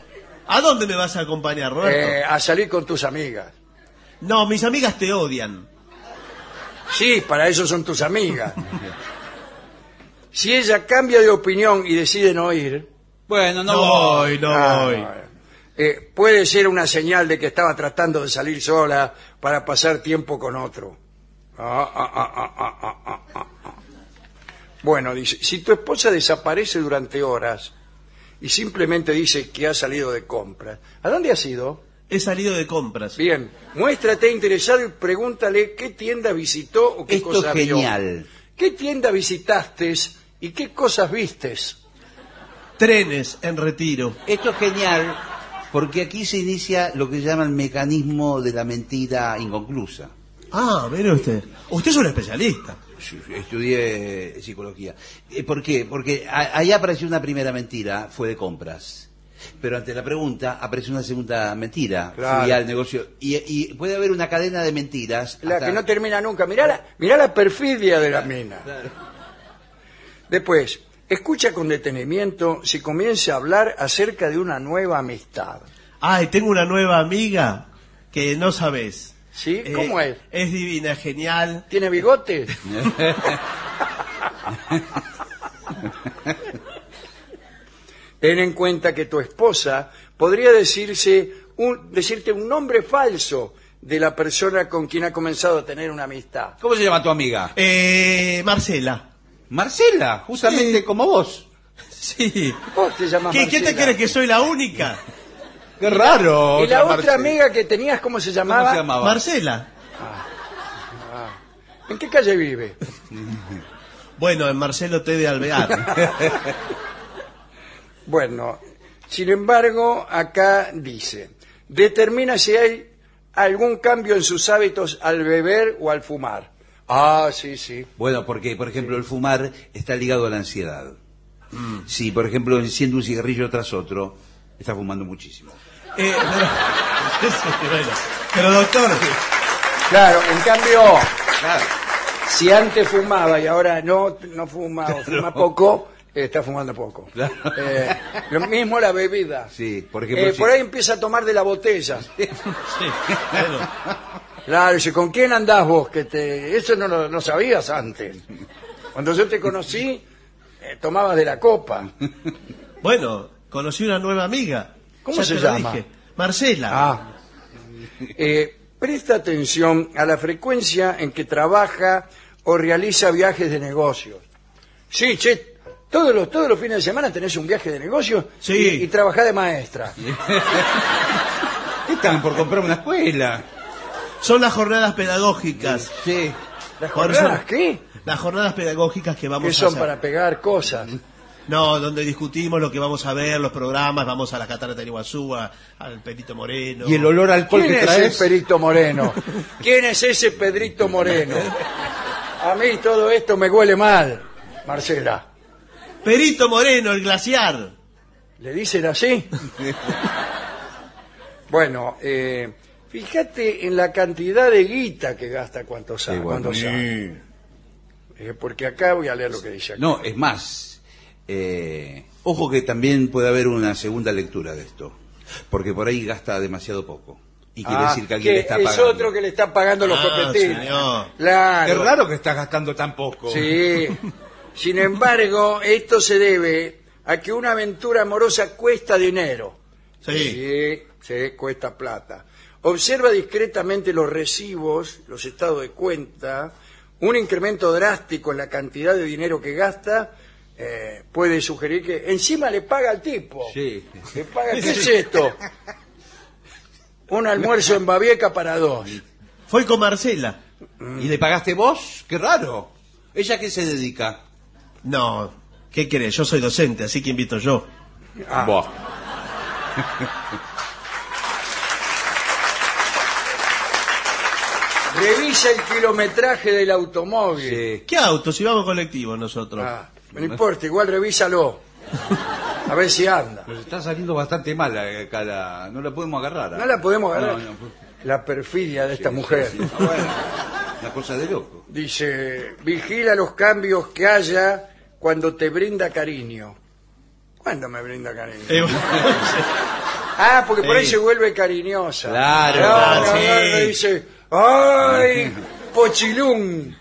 B: ¿A dónde me vas a acompañar, Roberto?
A: eh, a salir con tus amigas.
B: No, mis amigas te odian.
A: Sí, para eso son tus amigas. Si ella cambia de opinión y decide no ir,
C: Bueno, no,
B: voy, no
A: Ah,
B: voy.
A: eh, puede ser una señal de que estaba tratando de salir sola para pasar tiempo con otro. Ah, ah, ah, ah, ah, ah, ah, ah, ah. Bueno, dice, si tu esposa desaparece durante horas y simplemente dice que ha salido de compras, ¿a dónde has ido?
B: He salido de compras.
A: Bien, muéstrate interesado y pregúntale qué tienda visitó o qué
C: Esto
A: cosa
C: es
A: vio.
C: genial.
A: ¿Qué tienda visitaste y qué cosas vistes?
B: Trenes en retiro.
C: Esto es genial porque aquí se inicia lo que llama el mecanismo de la mentira inconclusa.
B: Ah, mire usted. Usted es un especialista.
C: Yo Estudié psicología. Eh, ¿Por qué? Porque a- ahí apareció una primera mentira, fue de compras. Pero ante la pregunta apareció una segunda mentira,
A: Claro.
C: fui al negocio. Y, y puede haber una cadena de mentiras.
A: La
C: hasta-
A: que no termina nunca. Mirá la, mirá la perfidia de la mina. Después, escucha con detenimiento si comienza a hablar acerca de una nueva amistad.
B: Ay, tengo una nueva amiga que no sabes. Eh,
A: ¿Sí?
C: Eh,
A: ¿Cómo es?
B: Es divina, es genial.
A: ¿Tiene bigote? Ten en cuenta que tu esposa podría decirse un- decirte un nombre falso de la persona con quien ha comenzado a tener una amistad.
C: ¿Cómo se llama tu amiga?
B: Eh, Marcela.
C: Marcela, justamente como vos.
B: Sí.
A: Vos te llamás
B: ¿Qué, ¿Quién te
A: Ah, Marcela.
B: crees que soy la única?
C: Qué raro.
A: Y la otra
C: Marcela.
A: amiga que tenías, ¿cómo se
C: ¿Cómo
A: llamaba?
C: se llamaba?
B: Marcela.
A: ¿En qué calle vive?
B: Bueno, en Marcelo T de Alvear.
A: Bueno, sin embargo, acá dice, determina si hay algún cambio en sus hábitos al beber o al fumar. Ah, sí, sí.
C: Bueno, porque, por ejemplo, el fumar está ligado a la ansiedad.
A: Mm.
C: Si, por ejemplo, enciende un cigarrillo tras otro, está fumando muchísimo.
B: Eh, pero, Sí, bueno. Pero, doctor,
A: Claro, en cambio, si antes fumaba y ahora no, no fuma o fuma poco, eh, está fumando poco.
C: Claro.
A: Eh, lo mismo la bebida.
C: Sí, por ejemplo,
A: Eh,
C: si-
A: por ahí empieza a tomar de la botella.
B: sí, bueno.
A: Claro, dice, ¿con quién andás vos? Que te... Eso no lo no sabías antes. Cuando yo te conocí, eh, tomabas de la copa.
B: Bueno, conocí una nueva amiga.
A: ¿Cómo
B: Ya
A: se
B: te lo
A: llama?
B: dije. Marcela.
A: Ah. Eh, presta atención a la frecuencia en que trabaja o realiza viajes de negocios. Sí, che, todos los, todos los fines de semana tenés un viaje de negocios
B: Sí.
A: y, y trabajás de maestra.
C: ¿Qué están por comprar una escuela?
B: Son las jornadas pedagógicas.
C: Sí.
A: ¿Las
B: Por
A: jornadas
B: eso-
A: qué?
B: Las jornadas pedagógicas que vamos
A: Que
B: a
A: son
B: hacer.
A: para pegar cosas.
B: No, donde discutimos lo que vamos a ver, los programas, vamos a la Catarata de Iguazú, a- al Perito Moreno.
C: Y el olor a alcohol
A: ¿Quién
C: que
A: es
C: traes.
A: ese Perito Moreno? ¿Quién es ese Pedrito Moreno? A mí todo esto me huele mal, Marcela.
B: Perito Moreno, el glaciar.
A: ¿Le dicen así? Bueno, eh, fíjate en la cantidad de guita que gasta cuando sale. cuando sale. Eh, porque acá voy a leer lo que dice. acá.
C: No, es más. eh, ojo que también puede haber una segunda lectura de esto. porque por ahí gasta demasiado poco. Y quiere
A: Ah,
C: decir que alguien le está pagando.
A: Es otro que le está pagando los
B: Ah,
A: copetines.
B: señor.
A: Claro.
F: Qué raro que estás gastando tan poco.
A: Sí. Sin embargo, esto se debe a que una aventura amorosa cuesta dinero.
B: Sí.
A: Sí, sí, cuesta plata. Observa discretamente los recibos, los estados de cuenta. Un incremento drástico en la cantidad de dinero que gasta eh, puede sugerir que encima le paga al tipo.
C: Sí.
A: Le paga, ¿Qué es esto? Un almuerzo en Babieca para dos.
B: Fue con Marcela.
C: ¿Y le pagaste vos? ¡Qué raro! ¿Ella qué se dedica?
B: No, ¿qué querés? Yo soy docente, así que invito yo.
A: Ah.
C: Vos.
A: Revisa el kilometraje del automóvil.
B: ¿Qué auto? Si vamos colectivo nosotros.
A: Ah, no importa, igual revísalo. A ver si anda.
C: Nos está saliendo bastante mal eh, acá la... No la podemos agarrar. ah.
A: No la podemos ganar.
C: No, no, pues-
A: La perfidia de esta
C: sí,
A: mujer.
C: sí, sí. Ah, bueno, una cosa de loco.
A: Dice, vigila los cambios que haya cuando te brinda cariño. ¿Cuándo me brinda cariño?
B: Eh, bueno,
A: Ah, porque por ahí
B: Sí.
A: se vuelve cariñosa.
C: Claro,
A: No, no,
B: claro,
A: no,
B: sí.
A: no, dice, ¡ay, pochilún!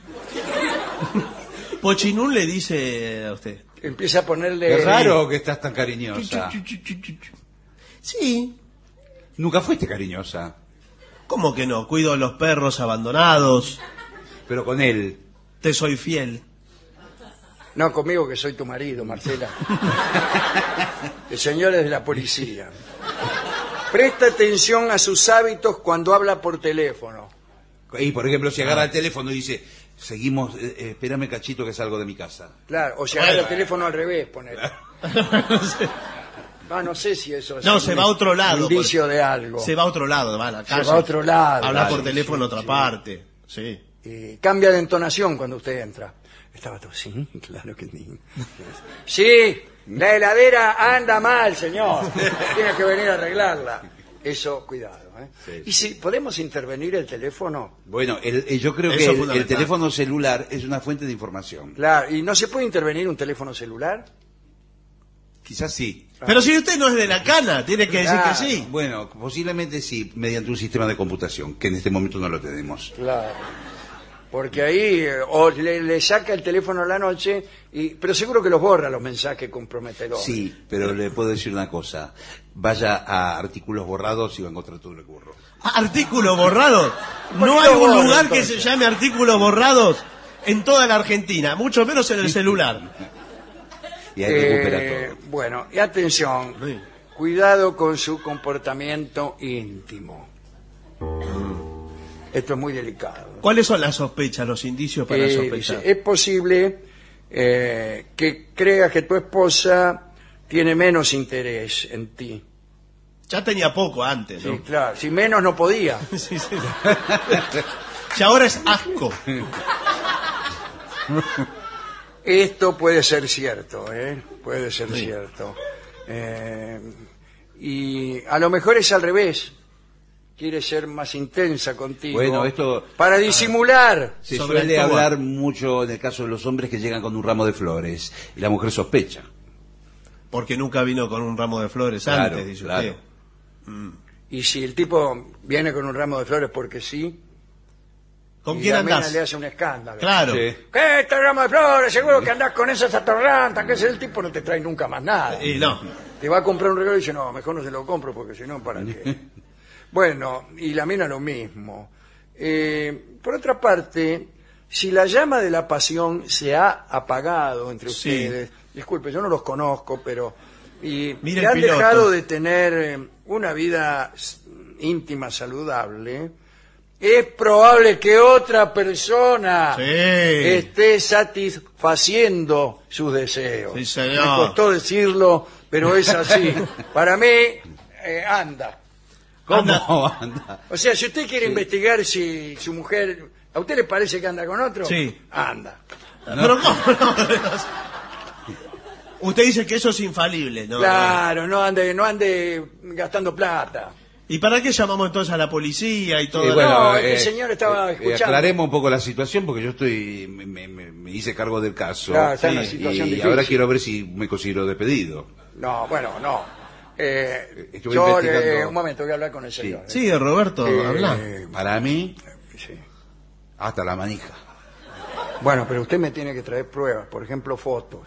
B: Pochinún le dice a usted.
A: Empieza a ponerle...
C: Qué raro que estás tan cariñosa.
B: Sí.
C: Nunca fuiste cariñosa,
B: ¿Cómo que no? Cuido a los perros abandonados.
C: pero con él.
B: Te soy fiel.
A: No, conmigo que soy tu marido, Marcela. El señor es de la policía. Presta atención a sus hábitos cuando habla por teléfono.
C: Y por ejemplo, si agarra el teléfono y dice, seguimos, eh, eh, espérame cachito que salgo de mi casa.
A: Claro, o sea, agarra el teléfono al revés, poner. Ah, no sé si eso es
B: No,
A: un
B: se va a otro lado.
A: Indicio
B: por-
A: de algo.
B: Se va a otro lado, va a la calle.
A: va a otro lado.
B: Habla por
A: Claro,
B: teléfono a
A: sí,
B: otra
A: sí.
B: parte. Sí.
A: Y Eh, cambia de entonación cuando usted entra. Estaba todo, sí, claro que sí. Sí, la heladera anda mal, señor. Tiene que venir a arreglarla. Eso, cuidado. ¿eh?
C: Sí.
A: Y si podemos intervenir el teléfono,
C: Bueno, el- eh, yo creo
B: Eso
C: que
B: es
C: el- el,
B: fundamental.
C: teléfono celular es una fuente de información.
A: claro, y no se puede intervenir un teléfono celular.
C: Quizás sí.
B: Pero si usted no es de la cana, tiene que decir
A: Claro.
B: que sí.
C: Bueno, posiblemente sí, mediante un sistema de computación, que en este momento no lo tenemos.
A: Claro. Porque ahí eh, o le, le saca el teléfono a la noche, y, pero seguro que los borra los mensajes comprometedores.
C: Sí, pero le puedo decir una cosa. Vaya a artículos borrados y va a encontrar todo el curro.
B: Artículos borrados.
A: ¿Por
B: No
A: qué
B: hay
A: lo
B: un
A: borra,
B: lugar que
A: entonces?
B: se llame artículos borrados en toda la Argentina, mucho menos en el celular.
C: Y ahí
A: Eh,
C: recupera todo.
A: Bueno, y atención,
B: Sí.
A: cuidado con su comportamiento íntimo. Esto es muy delicado.
B: ¿Cuáles son las sospechas, los indicios para
A: Eh,
B: sospechar?
A: dice, es posible eh, que creas que tu esposa tiene menos interés en ti.
B: Ya tenía poco antes,
A: Sí,
B: ¿no?
A: claro. Si menos no podía.
B: Sí, sí. y ahora es asco.
A: Esto puede ser cierto, ¿eh? Puede ser cierto. Eh, y a lo mejor es al revés. Quiere ser más intensa contigo.
C: Bueno, esto-
A: Para disimular.
C: Se
B: Sobre
C: suele
B: todo-
C: hablar mucho en el caso de los hombres que llegan con un ramo de flores y la mujer sospecha.
B: Porque nunca vino con un ramo de flores
C: Claro,
B: antes, dice
C: claro.
B: usted.
A: Y si el tipo viene con un ramo de flores porque sí,
B: ¿Con
A: y
B: quién
A: la mina
B: andás?
A: le hace un escándalo.
B: Claro.
C: Sí.
A: ¿Qué este ramo de flores? Seguro que andás con esas atorrantas, que ese el tipo no te trae nunca más nada.
B: Y no.
A: Te va a comprar un regalo y dice, no, mejor no se lo compro porque si no, ¿para qué? bueno, y la mina lo mismo. Eh, por otra parte, si la llama de la pasión se ha apagado entre
B: Sí.
A: ustedes, disculpe, yo no los conozco, pero... Y que
B: Mire el
A: han
B: piloto.
A: dejado de tener eh, una vida s- íntima saludable, es probable que otra persona
B: Sí.
A: esté satisfaciendo sus deseos.
B: Sí, señor.
A: Me costó decirlo, pero es así. Para mí, eh, anda.
C: ¿Cómo anda?
A: O sea, si usted quiere investigar si su mujer, ¿a usted le parece que anda con otro?
B: Sí.
A: Anda.
B: Pero ¿cómo no? Usted dice que eso es infalible, ¿no?
A: Claro, no ande, no ande gastando plata.
B: ¿Y para qué llamamos entonces a la policía y todo?
C: Eh,
A: No, este señor estaba escuchando.
C: aclaremos un poco la situación porque yo estoy me, me- me- me hice cargo del caso
A: Claro, está en
C: Sí,
A: una situación
C: y
A: difícil.
C: ahora quiero ver si me considero despedido.
A: No, bueno, no. eh,
C: Estuve
A: yo, le-
C: investigando.
A: un momento, voy a hablar con el señor. ¿eh?
B: Sigue, Roberto,
A: Eh,
B: habla.
C: Para mí,
A: sí.
C: hasta la manija.
A: Bueno, pero usted me tiene que traer pruebas, por ejemplo, fotos.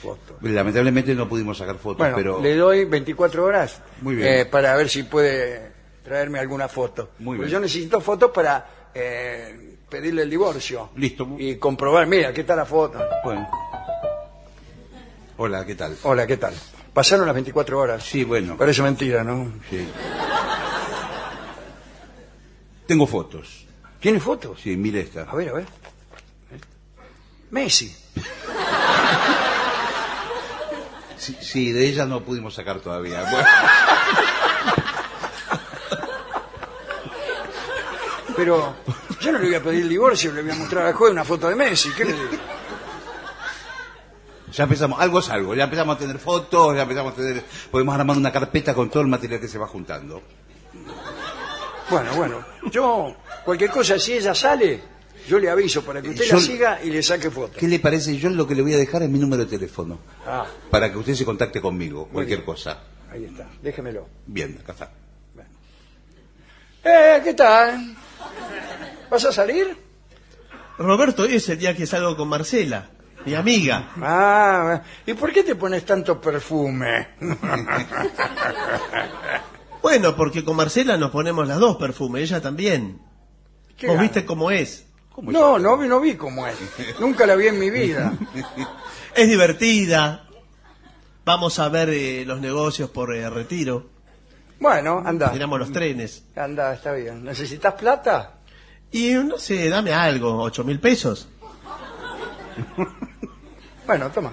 A: Fotos.
C: Lamentablemente no pudimos sacar fotos,
A: Bueno,
C: pero
A: le doy 24 horas
C: Muy bien.
A: eh, para ver si puede traerme alguna foto.
C: Muy
A: Porque Yo
C: bien.
A: necesito fotos para eh, pedirle el divorcio.
C: Listo.
A: Y comprobar, mira, aquí está la foto.
C: bueno. Hola, ¿qué tal?
A: Hola, ¿qué tal? Pasaron las 24 horas.
C: Sí, bueno.
A: Parece mentira, ¿no?
C: Sí. Tengo fotos.
A: ¿Tiene fotos?
C: Sí, mire esta.
A: A ver, a ver. Messi.
C: Sí, sí, de ellas no pudimos sacar todavía. Bueno,
A: Pero yo no le voy a pedir el divorcio, le voy a mostrar al juez una foto de Messi. ¿Qué le digo?
C: ya empezamos, algo es algo. Ya empezamos a tener fotos, ya empezamos a tener. Podemos armar una carpeta con todo el material que se va juntando.
A: Bueno, bueno. Yo, cualquier cosa, si ella sale, yo le aviso para que usted
C: Yo-
A: la siga y le saque fotos.
C: ¿Qué le parece? Yo lo que le voy a dejar es mi número de teléfono.
A: Ah.
C: Para que usted se contacte conmigo, cualquier
A: bien.
C: cosa.
A: Ahí está, déjemelo.
C: Bien, acá está.
A: Eh, ¿qué tal? ¿Vas a salir?
B: Roberto, hoy es el día que salgo con Marcela, mi amiga.
A: Ah, ¿y por qué te pones tanto perfume?
B: Bueno, porque con Marcela nos ponemos las dos perfume, ella también.
A: ¿Qué
B: Vos
A: gana?
B: viste cómo es.
A: No, no, vi- no vi cómo es. Nunca la vi en mi vida.
B: Es divertida. Vamos a ver eh, los negocios por eh, retiro.
A: Bueno, anda.
B: Miramos los trenes.
A: Anda, está bien. ¿Necesitas plata?
B: Y no sé, dame algo, ocho mil pesos.
A: Bueno, toma.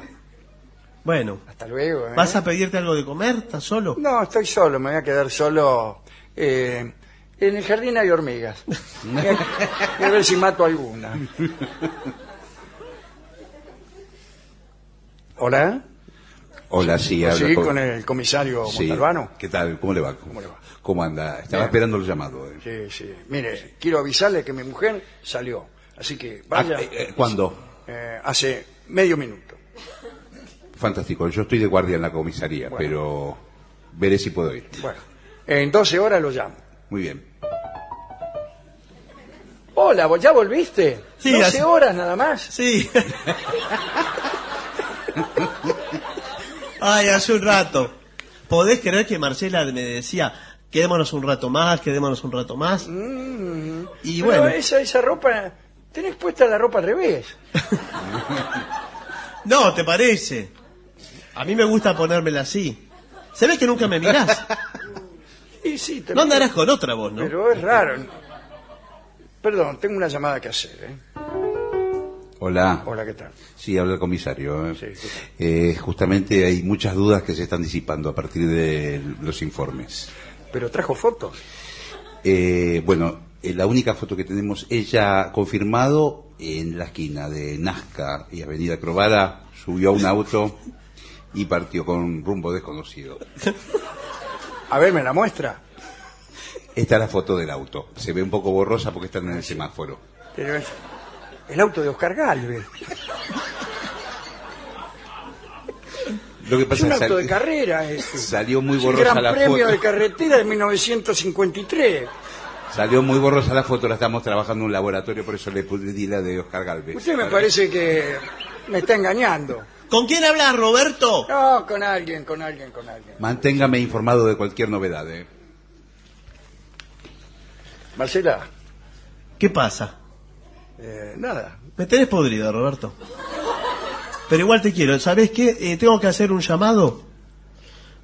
B: Bueno,
A: Hasta luego. ¿eh?
B: ¿vas a pedirte algo de comer? ¿Estás solo?
A: No, estoy solo, me voy a quedar solo. eh, en el jardín hay hormigas. Voy a- voy a ver si mato alguna. Hola.
C: Hola, sí, habla
A: Pues Sí,
C: con-
A: con el comisario
C: Sí.
A: Montalbano.
C: ¿Qué tal? ¿Cómo le va? ¿Cómo,
A: le va?
C: ¿Cómo anda? Estaba
A: Bien.
C: esperando el llamado. eh.
A: Sí, sí. Mire, quiero avisarle que mi mujer salió. Así que vaya.
C: Ah, eh, eh, ¿Cuándo?
A: Eh, hace medio minuto.
C: Fantástico. Yo estoy de guardia en la comisaría, pero veré si puedo ir.
A: Bueno, en 12 horas lo llamo.
C: Muy bien.
A: Hola, ¿vo- ¿ya volviste?
B: Sí,
A: 12
B: hace-
A: horas nada más.
B: Sí. Ay, hace un rato. ¿Podés creer que Marcela me decía, quedémonos un rato más, quedémonos un rato más? Y
A: Mm. Pero
B: bueno,
A: esa, esa ropa, tenés puesta la ropa al revés.
B: no, ¿te parece? A mí me gusta ponérmela así. Se ve que nunca me mirás.
A: Y sí, te
B: No andarás con otra vos, ¿no?
A: Pero es raro. Perdón, tengo una llamada que hacer. ¿eh?
C: Hola.
A: Hola, ¿qué tal?
C: Sí, habla el comisario. eh.
A: Sí, ¿qué tal?
C: Eh, justamente hay muchas dudas que se están disipando a partir de los informes.
A: Pero trajo fotos.
C: Eh, bueno, eh, la única foto que tenemos, ella confirmado en la esquina de Nazca y Avenida Crobara, subió a un auto y partió con rumbo desconocido.
A: A ver, ¿me la muestra?
C: Esta es la foto del auto. Se ve un poco borrosa porque están en el semáforo.
A: Pero es el auto de Oscar Galvez.
C: Lo que
A: Es
C: pasa
A: un
C: es
A: auto de
C: que sal-
A: carrera este.
C: salió muy
A: Es el
C: borrosa
A: gran
C: la
A: premio de
C: foto.
A: carretera de 1953.
C: Salió muy borrosa la foto, la estamos trabajando en un laboratorio, por eso le di la de Oscar Galvez.
A: Usted me
C: Para-
A: parece que me está engañando.
B: ¿Con quién hablas, Roberto?
A: No, con alguien, con alguien, con alguien.
C: Manténgame informado de cualquier novedad, ¿eh?
A: Marcela,
B: ¿Qué pasa?
A: eh, nada.
B: Me tenés podrido, Roberto. Pero igual te quiero. ¿Sabés qué? Eh, tengo que hacer un llamado.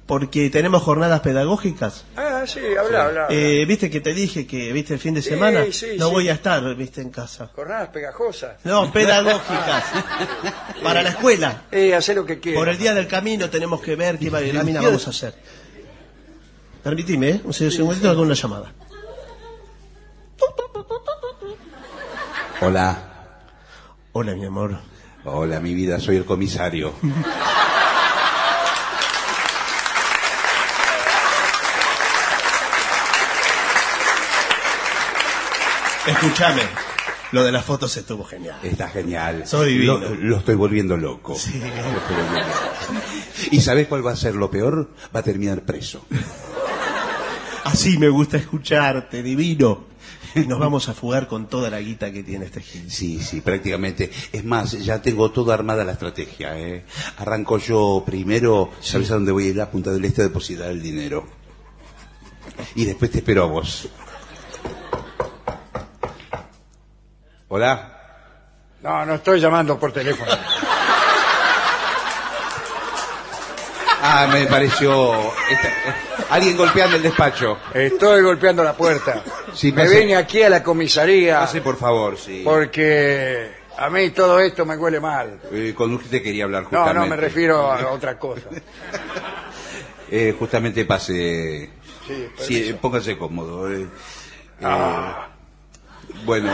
B: Porque tenemos jornadas pedagógicas.
A: Ah, sí, habla, habla. habla.
B: Eh, viste que te dije que, viste, el fin de
A: Sí,
B: semana
A: sí,
B: no
A: sí.
B: voy a estar, viste, en casa.
A: Jornadas pegajosas.
B: No, pedagógicas. Para la escuela.
A: Eh, hace lo que quiera.
B: Por el día del camino tenemos que ver qué mina vamos a hacer. Permitime, ¿eh? Un segundito, hago una llamada.
C: Hola.
B: Hola, mi amor.
C: Hola, mi vida, soy el comisario.
B: Escúchame. Lo de las fotos estuvo genial.
C: Está genial.
B: Soy divino.
C: Lo, lo estoy volviendo loco. Lo estoy volviendo loco. ¿Y sabes cuál va a ser lo peor? Va a terminar preso.
B: Así me gusta escucharte, divino. Y nos vamos a fugar con toda la guita que tiene este gil.
C: Sí, sí, prácticamente. Es más, ya tengo toda armada la estrategia. ¿eh? Arranco yo primero, sabes a dónde voy a ir a Punta del Este a depositar el dinero. Y después te espero a vos. Hola.
A: No, no estoy llamando por teléfono.
C: Ah, me pareció. esta- eh, alguien golpeando el despacho.
A: Estoy golpeando la puerta.
C: Sí,
A: me
C: pase.
A: vine aquí a la comisaría
C: Pase, por favor, sí.
A: porque a mí todo esto me huele mal.
C: Eh, con usted quería hablar
A: No,
C: justamente.
A: no, me refiero a otra cosa.
C: Eh, justamente pase.
A: Sí,
C: Sí, eh, póngase cómodo. eh. Eh, Bueno,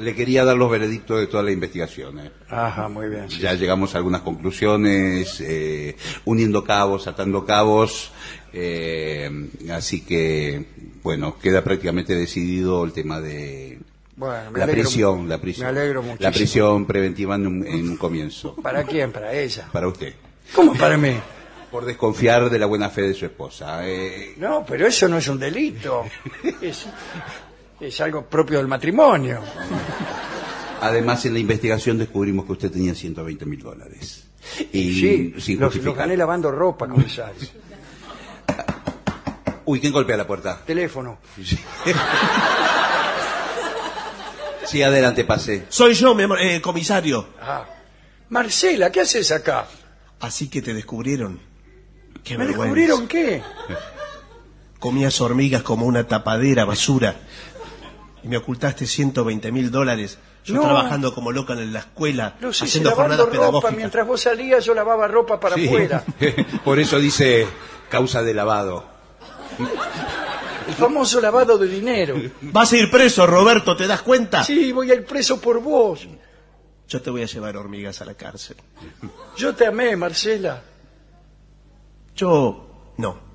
C: le quería dar los veredictos de toda la investigación. eh.
A: Ajá, muy bien. sí.
C: Ya llegamos a algunas conclusiones, eh, uniendo cabos, atando cabos. eh, así que, bueno, queda prácticamente decidido el tema de
A: Bueno, me
C: la
A: alegro-
C: prisión, la prisión.
A: Me alegro muchísimo.
C: La prisión preventiva en un, en un comienzo,
A: ¿Para quién? Para ella.
C: para usted.
A: ¿Cómo para mí?
C: Por desconfiar de la buena fe de su esposa. eh.
A: No, pero eso no es un delito. Es, es algo propio del matrimonio.
C: Además, en la investigación descubrimos que usted tenía 120 mil dólares. Y
A: Sí,
C: sin
A: los, los
C: justificar.
A: gané lavando ropa, comisario.
C: Uy, ¿quién golpea la puerta?
A: Teléfono.
C: Sí, adelante, pase.
B: Soy yo, mi amor, eh, comisario.
A: Ah. Marcela, ¿qué haces acá?
B: Así que te descubrieron. Qué
A: ¿Me
B: vergüenza.
A: descubrieron qué?
B: Comías hormigas como una tapadera basura. Y me ocultaste 120 mil dólares. Yo
A: No.
B: trabajando como loca en la escuela,
A: Los hice
B: haciendo
A: lavando
B: jornadas
A: ropa.
B: pedagógicas.
A: Mientras vos salías, yo lavaba ropa para
C: Sí.
A: afuera.
C: Por eso dice causa de lavado.
A: El famoso lavado de dinero.
B: Vas a ir preso, Roberto, ¿te das cuenta?
A: Sí, voy a ir preso por vos.
B: Yo te voy a llevar hormigas a la cárcel.
A: Yo te amé, Marcela.
B: Yo no.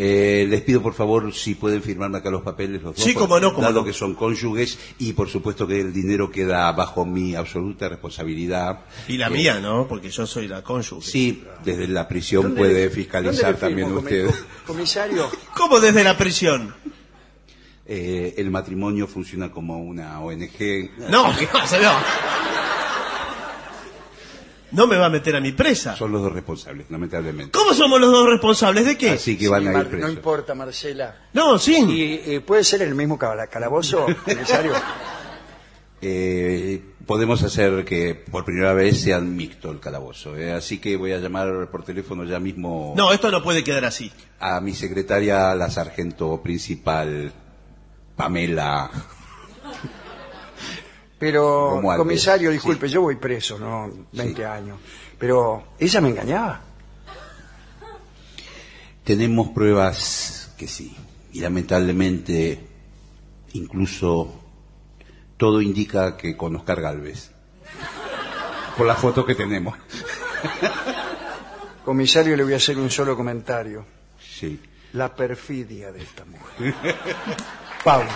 C: Eh, les pido por favor si pueden firmarme acá los papeles los dos,
B: Sí, cómo no, cómo
C: dado
B: no.
C: que son cónyuges y por supuesto que el dinero queda bajo mi absoluta responsabilidad.
B: Y la mía, ¿no? Porque yo soy la cónyuge.
C: Sí, desde la prisión
A: ¿Dónde
C: puede
A: le- dónde
C: fiscalizar
A: le
C: también
A: firmo,
C: usted.
A: comi- Comisario,
B: ¿Cómo desde la prisión?
C: Eh, el matrimonio funciona como una ONG.
B: No, ¿qué pasa? No. No me va a meter a mi presa.
C: Son los dos responsables, lamentablemente.
B: ¿Cómo somos los dos responsables? ¿De qué?
C: Así que van
A: Sí,
C: a
A: Mar-
C: ir
A: no
C: presos.
A: importa, Marcela.
B: No, sí.
A: ¿Y eh, puede ser el mismo cala- calabozo, comisario?
C: Eh, podemos hacer que por primera vez sean mixto el calabozo. eh, Así que voy a llamar por teléfono ya mismo
B: No, esto no puede quedar así.
C: a mi secretaria, la sargento principal, Pamela.
A: Pero,
C: Como antes,
A: comisario, disculpe, yo voy preso, ¿no? 20 años. Pero ella me engañaba.
C: Tenemos pruebas que sí. Y lamentablemente, incluso todo indica que con Oscar Galvez. Por la foto que tenemos.
A: Comisario, le voy a hacer un solo comentario.
C: Sí.
A: La perfidia de esta mujer. Pausa.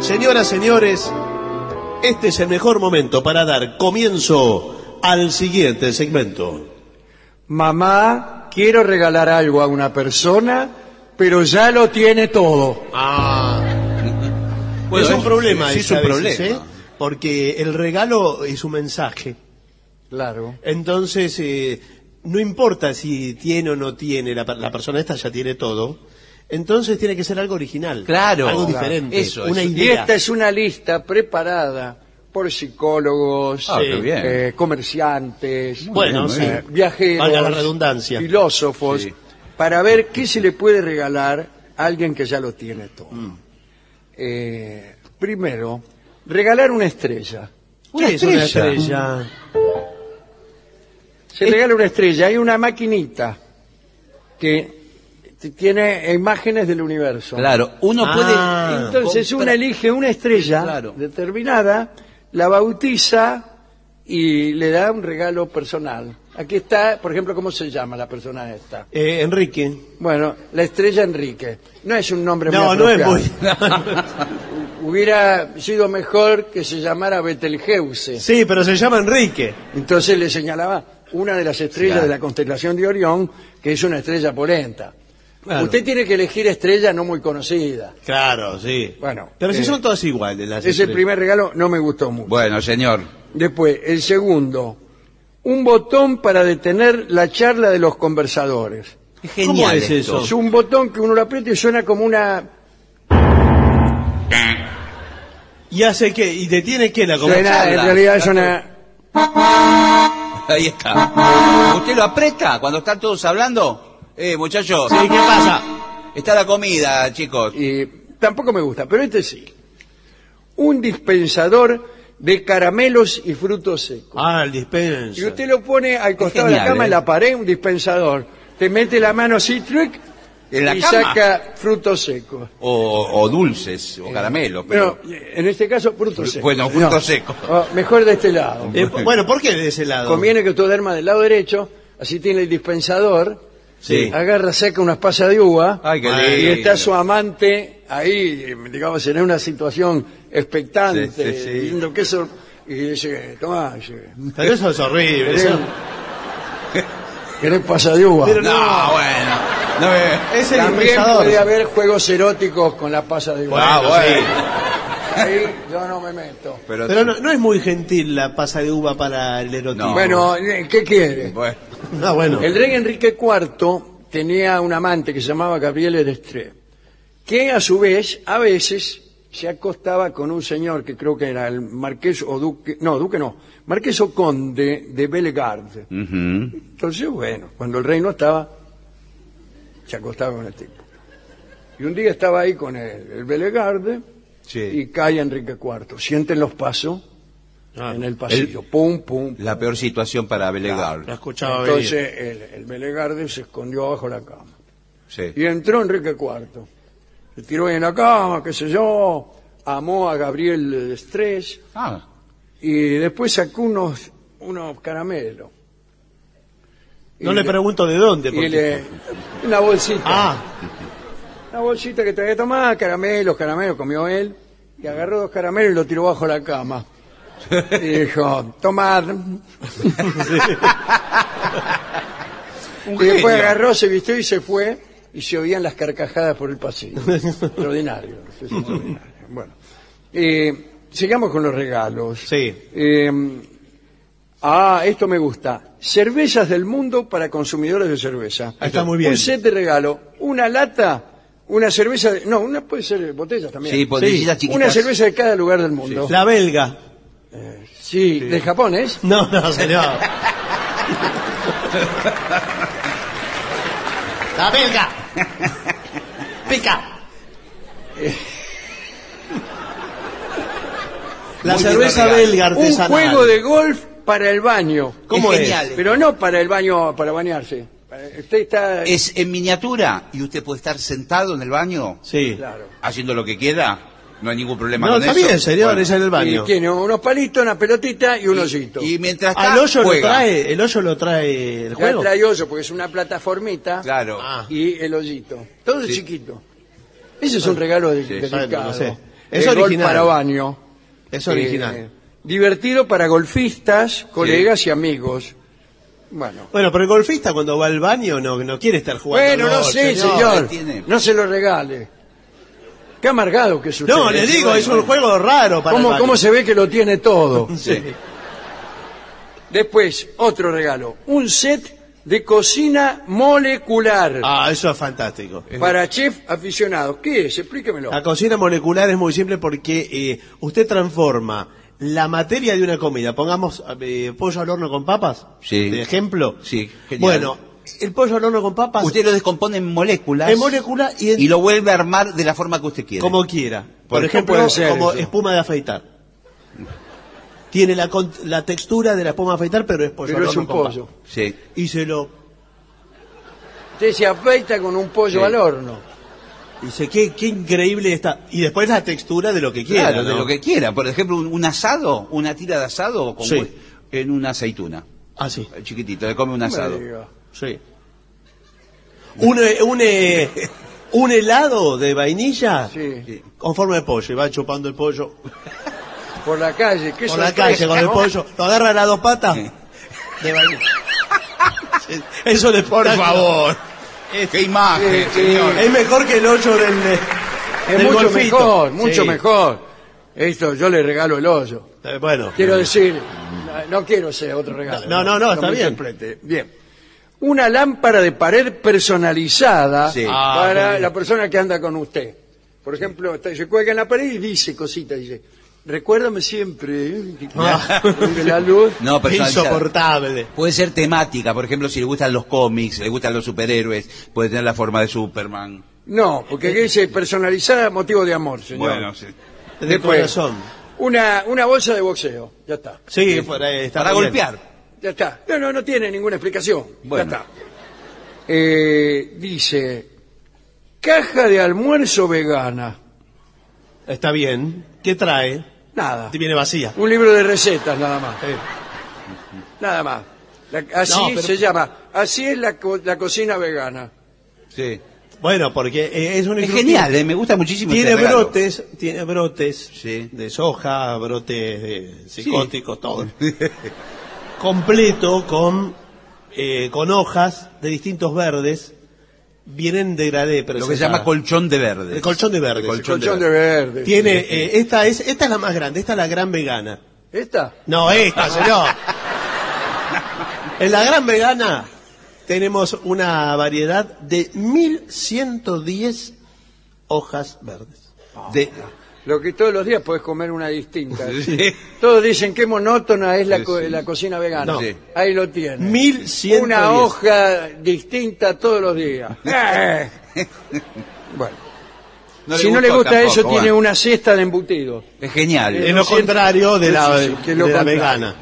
B: Señoras, señores, este es el mejor momento para dar comienzo al siguiente segmento.
A: Mamá, quiero regalar algo a una persona, pero ya lo tiene todo.
B: Pues es un problema,
C: sí,
B: ese
C: es un
B: a veces,
C: problema.
B: ¿eh? Porque el regalo es un mensaje.
A: Claro.
B: Entonces, eh, no importa si tiene o no tiene, la, per- la persona esta ya tiene todo. Entonces tiene que ser algo original.
C: Claro.
B: Algo
C: Claro.
B: diferente.
C: Eso,
B: una
C: eso.
A: Y
B: idea.
A: esta es una lista preparada por psicólogos,
C: Ah, qué bien.
A: eh, comerciantes,
B: Bueno,
C: Muy
B: sí.
C: bien.
A: eh, viajeros,
B: Valga la redundancia.
A: filósofos,
C: Sí.
A: para ver qué se le puede regalar a alguien que ya lo tiene todo.
C: Mm.
A: Eh, primero, regalar una estrella.
B: ¿Qué es una estrella?
A: Se regala una estrella, hay una maquinita que te t- tiene imágenes del universo.
C: Claro, uno
B: Ah.
C: puede.
A: Entonces uno
C: comprar-
A: elige una estrella
C: Claro.
A: determinada, la bautiza y le da un regalo personal. Aquí está, por ejemplo, ¿cómo se llama la persona esta?
B: Eh, Enrique.
A: Bueno, la estrella Enrique. No es un nombre
B: No,
A: muy
B: no es
A: apropiado.
B: muy.
A: Hubiera sido mejor que se llamara Betelgeuse.
B: Sí, pero se llama Enrique.
A: Entonces le señalaba una de las estrellas de la constelación de Orión, que es una estrella polenta.
B: Claro.
A: Usted tiene que elegir estrella no muy conocida.
B: Claro, sí.
A: Bueno,
B: Pero si
A: eh,
B: son todas iguales las
A: Ese
B: estrellas.
A: primer regalo no me gustó mucho.
C: Bueno, señor.
A: Después, el segundo, un botón para detener la charla de los conversadores.
C: Es genial
B: es
C: esto.
A: Es un botón que uno lo aprieta y suena como una...
B: ¿Y hace qué? ¿Y detiene qué la
A: suena-
B: conversación?
A: en realidad es una...
C: Ahí está. Usted lo aprieta cuando están todos hablando. Eh, muchachos.
B: Sí, ¿qué pasa?
C: Está la comida, chicos.
A: Y tampoco me gusta, pero este sí. Un dispensador de caramelos y frutos secos.
B: Ah, el dispensa.
A: Y usted lo pone al costado de la
C: genial,
A: cama,
C: ¿eh?
A: en la pared, un dispensador. Te mete la mano así, truc,
C: ¿En la
A: y
C: cama?
A: saca frutos secos.
C: O, o dulces, o caramelos. Pero...
A: Pero, en este caso, frutos secos.
C: Bueno, frutos secos.
A: Oh, mejor de este lado.
B: Eh, bueno, ¿por qué de ese lado?
A: Conviene que usted duerma del lado derecho, así tiene el dispensador.
B: Sí.
A: Agarra, saca unas pasas de uva.
C: Ay, qué
A: y
C: lindo.
A: está su amante ahí, eh, digamos, en una situación expectante,
C: Sí, sí, sí.
A: viendo que eso. Y dice, toma, dice,
B: Pero eso es horrible.
A: ¿querés,
B: eso-
A: querés pasas de uva?
B: Pero
C: No, bueno. No me-
B: Es el
A: También
B: dispensador.
A: puede haber juegos eróticos con las pasas de uva.
C: Ah,
B: Bueno,
C: bueno.
A: Ahí yo no me meto.
C: Pero,
B: Pero no, no es muy gentil la pasa de uva para el erotismo.
C: No.
A: Bueno, eh, ¿qué quiere?
C: bueno.
B: Ah, bueno.
A: El rey Enrique IV tenía un amante que se llamaba Gabriel Erestré, que a su vez, a veces, se acostaba con un señor que creo que era el marqués o duque, no, duque no, marqués o conde de Bellegarde.
C: Ujú.
A: Entonces, bueno, cuando el rey no estaba, se acostaba con el tipo. Y un día estaba ahí con el, el Bellegarde y cae Enrique IV. Sienten los pasos en el pasillo. Pum, pum, pum.
C: La peor situación para Belegar.
B: La escuchaba venir.
A: Entonces el, el Belegarde se escondió bajo la cama.
C: Sí.
A: Y entró Enrique IV. Se tiró ahí en la cama, qué sé yo, amó a Gabriel Estrés
C: Ah,
A: y después sacó unos, unos caramelos.
B: No
A: Y
B: le pregunto de dónde.
A: y
B: porque-
A: le- una bolsita.
B: Ah,
A: Una bolsita que traía tomada, caramelos, caramelos, comió él. Y agarró dos caramelos y lo tiró bajo la cama. Y dijo, tomad. y después agarró, se vistió y se fue. Y se oían las carcajadas por el pasillo. extraordinario. es extraordinario. Bueno. Eh, sigamos con los regalos.
B: Sí.
A: Eh, ah, esto me gusta. Cervezas del mundo para consumidores de cerveza.
B: Está muy bien.
A: Un set de regalo, una lata, una cerveza, de- no, una puede ser botellas también.
C: Sí, botellitas chiquitas.
A: Una cerveza de cada lugar del mundo.
B: la belga.
A: Sí, de Japón, ¿es?
B: No, no, señor. la belga. Pica. La
C: Muy
B: cerveza
C: lindo
B: belga
C: regalo.
A: Un
B: artesanal.
A: juego de golf para el baño.
B: ¿Cómo
C: Es
B: es?
C: genial.
A: Pero no para el baño, para bañarse. Para- Usted está...
C: es en miniatura y usted puede estar sentado en el baño
B: Sí.
A: Claro.
C: haciendo lo que quiera. No hay ningún problema
B: No,
C: con
B: está
C: eso.
B: bien, señor,
C: Bueno.
B: es en el
A: Y
B: baño.
A: tiene unos palitos, una pelotita y un osito.
C: Y mientras
B: Ah,
C: está,
B: el hoyo lo
C: juega.
B: trae, el hoyo lo trae el
A: Ya
B: juego.
A: trae hoyo porque es una plataformita.
C: Claro.
B: Ah.
A: y el hoyito. Todo chiquito. Ese es un regalo de, delicado.
B: bueno, no sé. Es
A: El gol
B: original.
A: para baño.
B: Es
A: Eh,
B: original.
A: divertido para golfistas, colegas y amigos. Bueno.
B: Bueno, pero el golfista cuando va al baño no, no quiere estar jugando.
A: bueno, no, sé,
C: ¿qué
A: señor.
C: tiene?
A: No se lo regale. Qué amargado que es usted.
B: No, le digo, es un juego raro para el
A: ¿Cómo,
B: baño.
A: cómo se ve que lo tiene todo?
C: Sí.
A: Después, otro regalo. Un set de cocina molecular
B: Ah, eso es fantástico.
A: para chef aficionados. ¿Qué es? Explíquemelo.
B: La cocina molecular es muy simple porque eh, usted transforma la materia de una comida. Pongamos eh, pollo al horno con papas,
C: Sí.
B: de ejemplo.
C: Sí, genial.
B: Bueno, el pollo al horno con papas
C: Usted lo descompone en moléculas.
B: en molécula y, en-
C: Y lo vuelve a armar de la forma que usted quiere.
B: como quiera. Por,
A: qué
B: ejemplo,
A: puede ser
B: como
A: eso?
B: espuma de afeitar. Tiene la, con- la textura de la espuma de afeitar, pero es pollo
A: Pero es
B: al horno
A: un
B: con
A: pollo.
B: papas.
C: Sí.
B: Y se lo...
A: Usted se afeita con un pollo
C: Sí.
A: al horno.
B: Dice, qué, qué increíble está. Y después la textura de lo que quiera.
C: Claro, de
B: ¿no?
C: lo que quiera. Por ejemplo, un, un asado, una tira de asado con
B: Sí.
C: hue- en una aceituna.
B: Ah, sí.
C: El chiquitito, le come un
A: No me
C: asado.
A: diga.
B: Sí. Un, eh, un, eh, un helado de vainilla
A: Sí.
B: con forma de pollo. Y va chupando el pollo
A: Por la calle, qué
B: por la
A: sorpresa,
B: calle con el
A: ¿no?
B: pollo. Lo agarra a las dos patas de vainilla. Sí, Eso le
C: Por favor. ¡Qué imagen,
B: Eh,
A: Sí, sí.
C: señor!
B: Es mejor que el hoyo del, eh,
A: Es
B: del
A: mucho
B: golfito.
A: mejor, mucho
B: Sí.
A: mejor. Esto, yo le regalo el hoyo.
B: Eh, Bueno,
A: Quiero decir, no, no quiero ser otro regalo.
B: No, no, no, está
A: me
B: bien.
A: interprete. Bien. Una lámpara de pared personalizada
C: Sí.
B: Ah,
A: para
B: qué bien.
A: la persona que anda con usted. Por ejemplo, está- se cuelga en la pared y dice cositas, dice, recuérdame siempre, ¿eh?
B: Ah.
A: Prende la luz.
C: No, personalizada.
B: insoportable.
C: Puede ser temática, por ejemplo, si le gustan los cómics, le gustan los superhéroes, puede tener la forma de Superman.
A: No, porque
B: Eh.
A: aquí dice personalizada motivo de amor, señor.
C: Bueno, sí.
B: De
A: Después,
B: corazón.
A: pues, Una, una bolsa de boxeo, ya está. Eh,
B: Sí, por ahí está
C: Para
B: bien.
C: golpear.
A: Ya está. No, no, no tiene ninguna explicación.
C: Bueno.
A: Ya está. Eh, dice, caja de almuerzo vegana.
B: Está bien. ¿Qué trae?
A: Nada.
B: Viene vacía.
A: Un libro de recetas nada más.
B: Eh,
A: Nada más. La- así
B: No, pero-
A: se llama. Así es la, co- la cocina vegana.
C: Sí.
B: Bueno, porque eh, es un
C: Es
B: ingrediente-
C: genial, eh, me gusta muchísimo.
B: Tiene
C: este regalo.
B: brotes, tiene brotes
C: Sí.
B: de soja, brotes de psicóticos, todo. Completo con eh, con hojas de distintos verdes, vienen degradé, pero
C: Lo que se llama colchón de verde.
B: el colchón de verdes.
C: colchón
A: Colchón, de verde.
B: Tiene eh, esta es esta es la más grande, esta es la gran vegana.
A: ¿Esta?
B: No, esta, señor. En la Gran Vegana tenemos una variedad de 1110 hojas verdes.
C: De-
A: Lo que todos los días podés comer una distinta.
C: Sí.
A: Todos dicen qué monótona es la,
C: Sí,
A: co-
C: sí.
A: la cocina vegana.
B: No.
C: Sí.
A: Ahí lo tiene.
B: 1110.
A: Una hoja distinta todos los días. Eh. bueno, Eh, si no le
C: gustó
A: gusta eso,
C: tampoco,
A: tiene Eh,
C: bueno.
A: una cesta de embutido.
C: Es genial.
B: Es lo
A: Sí,
B: contrario de la,
A: sí, sí, que es lo
B: de la
A: contrario.
B: vegana.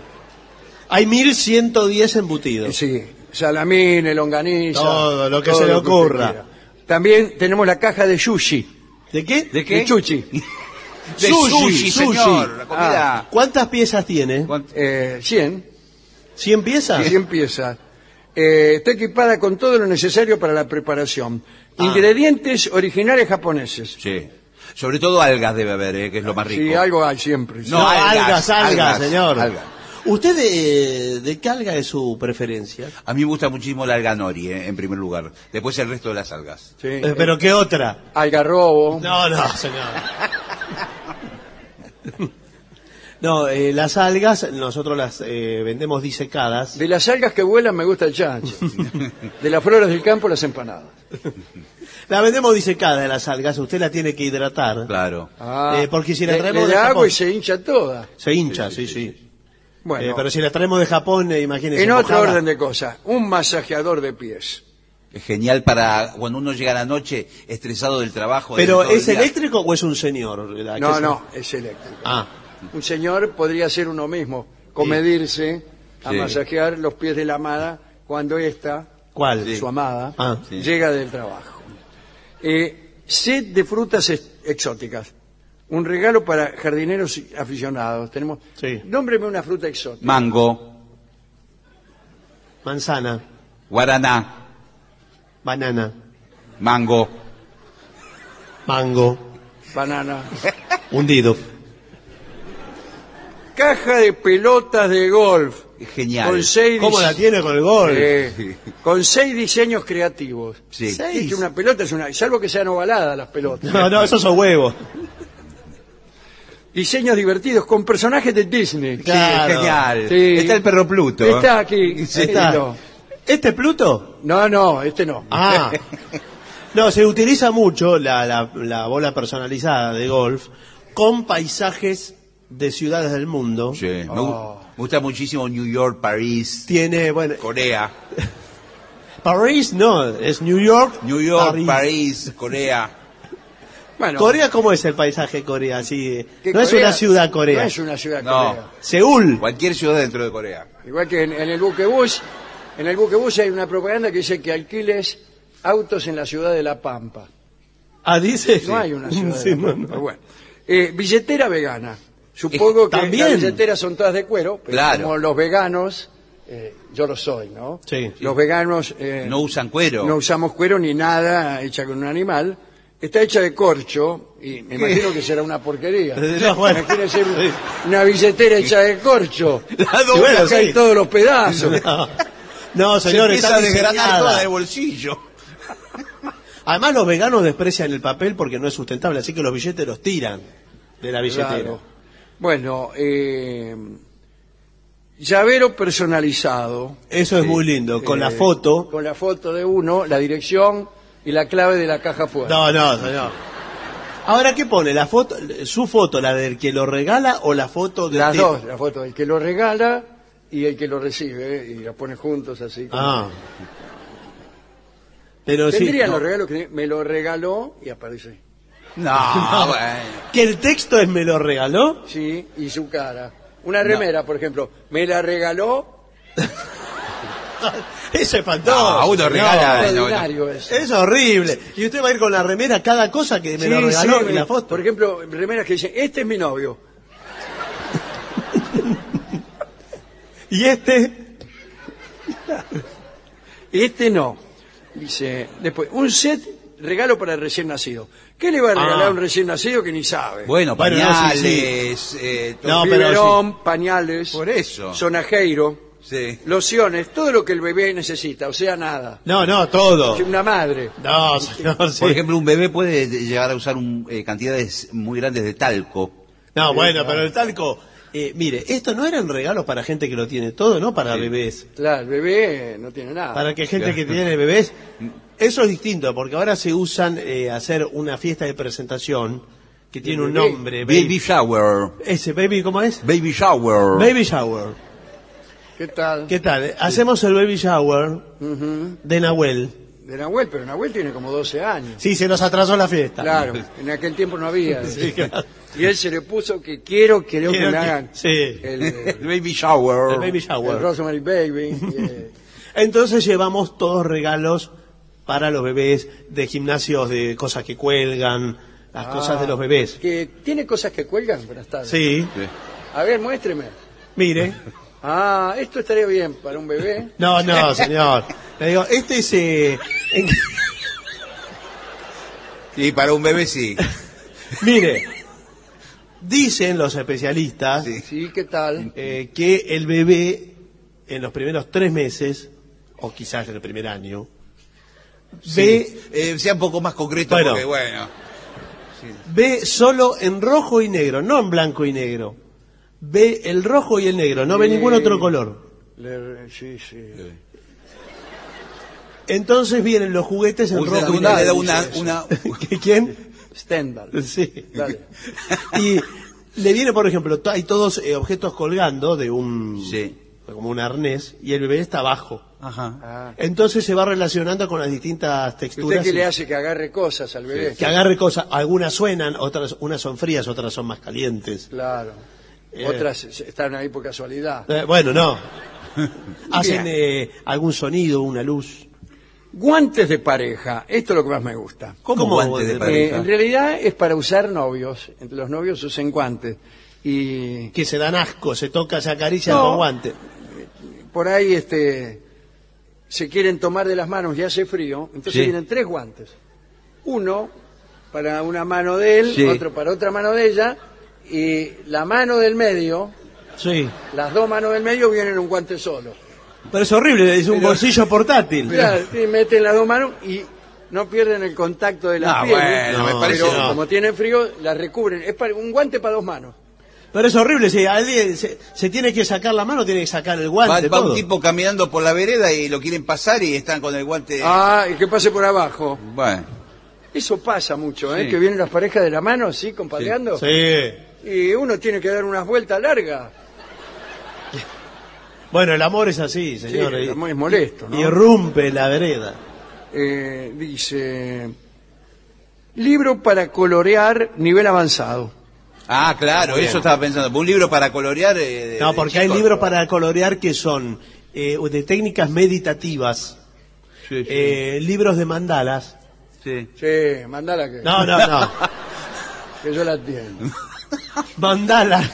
B: Hay 1110 embutidos.
A: Sí, salamín, longaniza.
B: Todo lo que
A: todo
B: se le
A: usted
B: ocurra.
A: quiera. También tenemos la caja de sushi.
B: ¿De qué?
C: ¿De qué?
A: chuchi.
C: De sushi, señor. La comida.
B: Ah. ¿Cuántas piezas tiene?
C: ¿Cuán-
A: Eh, 100.
B: ¿100 piezas?
A: 100 piezas. Eh, está equipada con todo lo necesario para la preparación.
B: Ah.
A: Ingredientes originales japoneses.
C: Sí. Sobre todo algas debe haber, eh, que es lo más rico.
A: Sí, algo hay siempre. sí.
B: No,
C: No,
B: algas,
C: algas,
B: algas,
C: algas,
B: señor.
C: algas.
B: ¿Usted de, de qué alga es su preferencia?
C: A mí me gusta muchísimo la alga nori, eh, en primer lugar. Después el resto de las algas.
A: Sí.
B: Eh, ¿Pero qué otra?
A: Algarrobo.
B: No, no, señor. No, eh, las algas nosotros las eh, vendemos disecadas.
A: De las algas que vuelan me gusta el chancho. De las flores del campo las empanadas.
B: La vendemos disecadas las algas, usted la tiene que hidratar.
C: Claro.
A: Ah.
B: Eh, porque si la
A: Le-
B: traemos
A: le
B: de
A: da agua
B: Japón-
A: y se hincha toda.
B: Se hincha, sí, sí.
A: Bueno,
B: Eh, pero si la traemos de Japón, eh, imagínese.
A: en otro
B: mojada.
A: orden de cosas, un masajeador de pies.
C: Es genial para cuando uno llega a la noche estresado del trabajo. de
B: ¿Pero
C: todo el
B: es
C: día.
B: eléctrico o es un señor? la Ah, que
A: No,
B: se-
A: no, es eléctrico.
B: Ah,
A: Un señor podría ser uno mismo, comedirse a
C: Sí.
A: masajear los pies de la amada cuando ésta,
B: ¿cuál?
A: su amada,
B: Ah,
C: sí.
A: llega del trabajo. Eh, set de frutas ex- exóticas. Un regalo para jardineros y aficionados. Tenemos.
B: Sí.
A: Nómbreme una fruta exótica.
C: Mango,
B: Manzana,
C: guaraná,
B: banana,
C: mango,
B: mango,
A: Banana.
B: hundido.
A: Caja de pelotas de golf.
C: Es genial.
A: Con seis
B: ¿Cómo la tiene con el gol?
A: Eh, con seis diseños creativos.
C: Sí.
B: Seis.
A: Es que una pelota es una, salvo que sean ovaladas las pelotas.
B: No, no, esos son huevos.
A: Diseños divertidos con personajes de Disney.
C: Sí,
B: Claro.
C: es genial.
A: Sí.
C: Está el perro Pluto.
A: Está aquí.
C: Sí,
B: está.
A: No.
B: ¿Este Pluto?
A: No, no, este no.
B: Ah. No, se utiliza mucho la, la- la bola personalizada de golf con paisajes de ciudades del mundo.
C: Sí, Me, gu-
B: Oh.
C: me gusta muchísimo New York, París,
B: Tiene, bueno,
C: Corea.
B: París no, es New York.
C: New York, París,
B: París.
C: Corea.
A: Bueno,
B: Corea, ¿cómo es el paisaje de Corea? Así, eh,
A: que
B: no es
A: Corea-
B: una ciudad Corea.
A: No es una ciudad
C: No.
A: Corea.
B: Seúl.
C: Cualquier ciudad dentro de Corea.
A: Igual que en, en el buquebús, en el buquebús hay una propaganda que dice que alquiles autos en la ciudad de La Pampa.
B: Ah, dice.
A: No hay una ciudad.
B: Sí,
A: de
B: no,
A: la
B: no.
A: Pampa. Bueno. Eh, billetera vegana. Supongo
B: Eh,
A: que
B: también.
A: las billeteras son todas de cuero, pero
C: Claro.
A: como los veganos, eh, yo lo soy, ¿no?
B: Sí. Sí.
A: Los veganos eh,
C: No usan cuero.
A: no usamos cuero ni nada hecha con un animal. Está hecha de corcho y me imagino que será una porquería.
B: No, bueno.
A: Imagínese un-
B: Sí.
A: una billetera hecha de corcho.
B: La
A: Y
B: dobla,
A: caen
B: sí.
A: todos los pedazos.
B: No, no señor,
C: Se empieza
B: está
C: a desgranar toda
B: diseñada.
C: de bolsillo.
B: Además, los veganos desprecian el papel porque no es sustentable, así que los billetes los tiran de la billetera.
A: Claro. Bueno, eh, llavero personalizado.
B: Eso es muy lindo, con la
A: Eh,
B: foto.
A: Con la foto de uno, la dirección y la clave de la caja fuerte.
B: No, no, señor. Ahora, ¿qué pone? ¿La foto, ¿Su foto, la del que lo regala o la foto del
A: Las
B: tipo?
A: dos, la foto del que lo regala y el que lo recibe, eh, y la pone juntos así. como-
B: Ah. Pero sí.
A: Tendría
B: no.
A: los regalos que me lo regaló y aparece.
C: No, bueno.
B: Que el texto es me lo regaló.
A: Sí, y su cara. Una remera, por ejemplo, me la regaló.
B: Eso es
C: No,
B: fantástico.
C: uno regala. Ay, no, no.
A: Extraordinario es.
B: Es horrible. Y usted va a ir con la remera cada cosa que me
A: Sí,
B: lo regaló
A: sí,
B: y la
A: eh,
B: foto.
A: Por ejemplo, remeras que dicen, este es mi novio.
B: Y este,
A: Este no. Dice, después, un set regalo para el recién nacido. ¿Qué le va a regalar
B: Ah.
A: a un recién nacido que ni sabe?
C: Bueno,
B: Bueno, no,
C: pañales,
B: sí,
C: eh,
B: No,
C: todo-
B: pero
A: Biberón, pañales,
C: Por eso.
A: sonajeiro,
C: Sí.
A: lociones, todo lo que el bebé necesita, o sea, nada.
B: no, no, todo.
A: Una madre.
B: No, señor, sí.
C: Por ejemplo, un bebé puede llegar a usar un, eh, cantidades muy grandes de talco.
B: No, bueno, pero el talco. eh, mire, esto no eran regalos para gente que lo tiene todo, ¿no? Para bebés.
A: Claro, el bebé no tiene nada.
B: Para que gente que tiene bebés. Eso es distinto, porque ahora se usan eh, hacer una fiesta de presentación que tiene un
A: bebé.
B: nombre.
C: Baby shower.
B: Ese, baby, ¿cómo es?
C: Baby shower.
B: Baby shower.
A: ¿Qué tal?
B: ¿Qué tal? Hacemos el baby shower
A: Ujú.
B: de Nahuel.
A: De Nahuel, pero Nahuel tiene como 12 años.
B: Sí, se nos atrasó la fiesta.
A: Claro, en aquel tiempo no había.
B: Sí, claro.
A: Y él se le puso que quiero, quiero que me
B: Quiero que-
A: hagan
B: sí. Ah,
A: el,
C: El
A: el
C: baby shower.
B: El baby shower.
A: Rosemary Baby. eh,
B: Entonces llevamos todos regalos para los bebés de gimnasios, de cosas que cuelgan, las cosas de los bebés.
A: que tiene cosas que cuelgan, buenas tardes.
B: Sí,
C: Sí.
A: A ver, muéstreme.
B: mire.
A: Ah, esto estaría bien para un bebé.
B: No, no, señor. Le digo, este es... eh, en-
C: Sí, para un bebé sí.
B: mire, dicen los especialistas
C: Sí.
A: Sí, ¿qué tal?
B: eh, que el bebé en los primeros tres meses, o quizás en el primer año, ve,
C: Eh, sea un poco más concreto
B: Bueno.
C: porque, bueno.
B: ve solo en rojo y negro, no en blanco y negro. Ve el rojo y el negro, no ve ningún otro color.
A: Le- sí, sí.
B: Entonces vienen los juguetes en
C: Uy, le da
B: rojo y
C: una- le da
B: negro.
C: una- una-
B: ¿Qué- ¿Quién?
A: Stendhal.
B: Sí.
A: Dale.
B: Y le viene, por ejemplo, to- hay todos eh, objetos colgando de un...
C: Sí.
B: Como un arnés, y el bebé está abajo.
C: Ajá.
A: Ah.
B: Entonces se va relacionando con las distintas
A: ¿Y ¿Usted
B: texturas.
A: qué
B: y-
A: le hace que agarre cosas al bebé?
B: Que agarre cosas. Algunas suenan, otras unas son frías, otras son más calientes.
A: Claro.
B: Eh.
A: Otras están ahí por casualidad.
B: Eh, bueno, no. Hacen eh, algún sonido, una luz.
A: Guantes de pareja. Esto es lo que más me gusta.
C: ¿Cómo,
B: ¿Cómo
C: guante de
B: de
A: Eh,
C: pareja?
A: en realidad es para usar novios. Entre los novios usen guantes. Y
B: Que se dan asco, se toca, se acaricia
A: No.
B: con guante.
A: por ahí este se quieren tomar de las manos y hace frío, entonces
C: Sí.
A: vienen tres guantes. Uno para una mano de él,
C: Sí.
A: otro para otra mano de ella, y la mano del medio,
B: Sí.
A: las dos manos del medio vienen en un guante solo.
B: Pero es horrible, es un
A: Pero-
B: bolsillo portátil.
A: Mirá, sí, meten las dos manos y no pierden el contacto de las
C: No,
A: pieles.
C: bueno,
B: Ah, me parece
A: pero
B: no.
A: como tienen frío, las recubren. Es para- un guante para dos manos.
B: Pero es horrible, si alguien se, se tiene que sacar la mano, tiene que sacar el
C: Va,
B: guante.
C: va
B: todo.
C: un tipo caminando por la vereda y lo quieren pasar y están con el guante.
A: Ah, y que pase por abajo.
C: Bueno.
A: Eso pasa mucho, ¿eh?
C: Sí.
A: Que vienen las parejas de la mano, sí, compadreando.
B: Sí.
A: Y uno tiene que dar unas vueltas largas.
B: Bueno, el amor es así,
A: Sí,
B: señor.
A: es muy molesto, ¿no?
B: Irrumpe la vereda.
A: Eh, dice, libro para colorear nivel avanzado.
C: Ah, claro, eso estaba pensando. Un libro para colorear. eh, de-
B: No,
C: de
B: porque hay
C: chicos.
B: libros para colorear que son eh, de técnicas meditativas.
C: Sí, sí.
B: eh, libros de mandalas.
C: Sí.
A: Sí, mandala que,
B: No, no, no.
A: que yo la atiendo.
B: mandalas.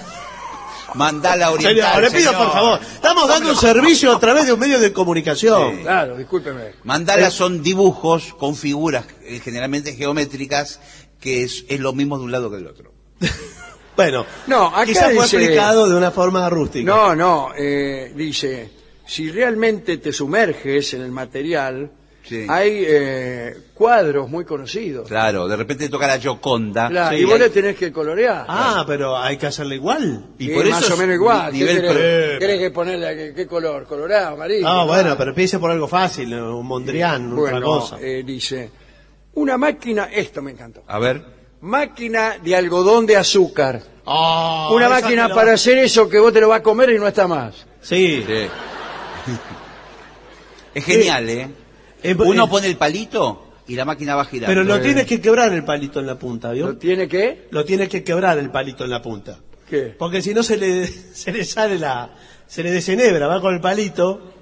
C: Mandala oriental.
B: Señor, le pido
C: señor.
B: por favor. Estamos dando un servicio a través de un medio de comunicación.
A: Claro, discúlpeme.
B: Eh.
C: Mandalas son dibujos con figuras eh, generalmente geométricas que es, es lo mismo de un lado que del otro.
B: Bueno,
A: No, acá
B: quizás fue
A: dice-
B: explicado de una forma rústica.
A: No, no, eh, dice, si realmente te sumerges en el material,
C: Sí.
A: hay eh, cuadros muy conocidos.
C: Claro, de repente toca la Gioconda.
A: Claro,
C: Sí,
A: y vos
C: hay-
A: le tenés que colorear.
B: Ah, pero hay que hacerla igual.
C: y
A: Sí,
C: por
A: más
C: eso
A: o
C: es
A: menos
C: ni-
A: igual. ¿Qué
C: nivel
A: querés,
C: pro-
A: querés que ponerle qué, qué color? ¿Colorado, amarillo?
B: Ah, bueno,
A: Ah,
B: pero empiece por algo fácil, un Mondrian, otra
A: Bueno,
B: cosa.
A: eh, dice, una máquina, esto me encantó,
C: A ver.
A: máquina de algodón de azúcar.
B: Ah,
A: una
B: esa
A: máquina
B: me la-
A: para hacer eso que vos te lo vas a comer y no está más.
B: Sí.
C: Sí. es genial, ¿eh?
B: Eh,
C: Uno
B: eh,
C: pone el palito y la máquina va girando.
B: Pero lo tienes que quebrar el palito en la punta, ¿vio?
A: ¿No tiene qué?
B: Lo tienes que quebrar el palito en la punta.
A: ¿Qué?
B: Porque si no se le, se le sale la... Se le desenebra, va con el palito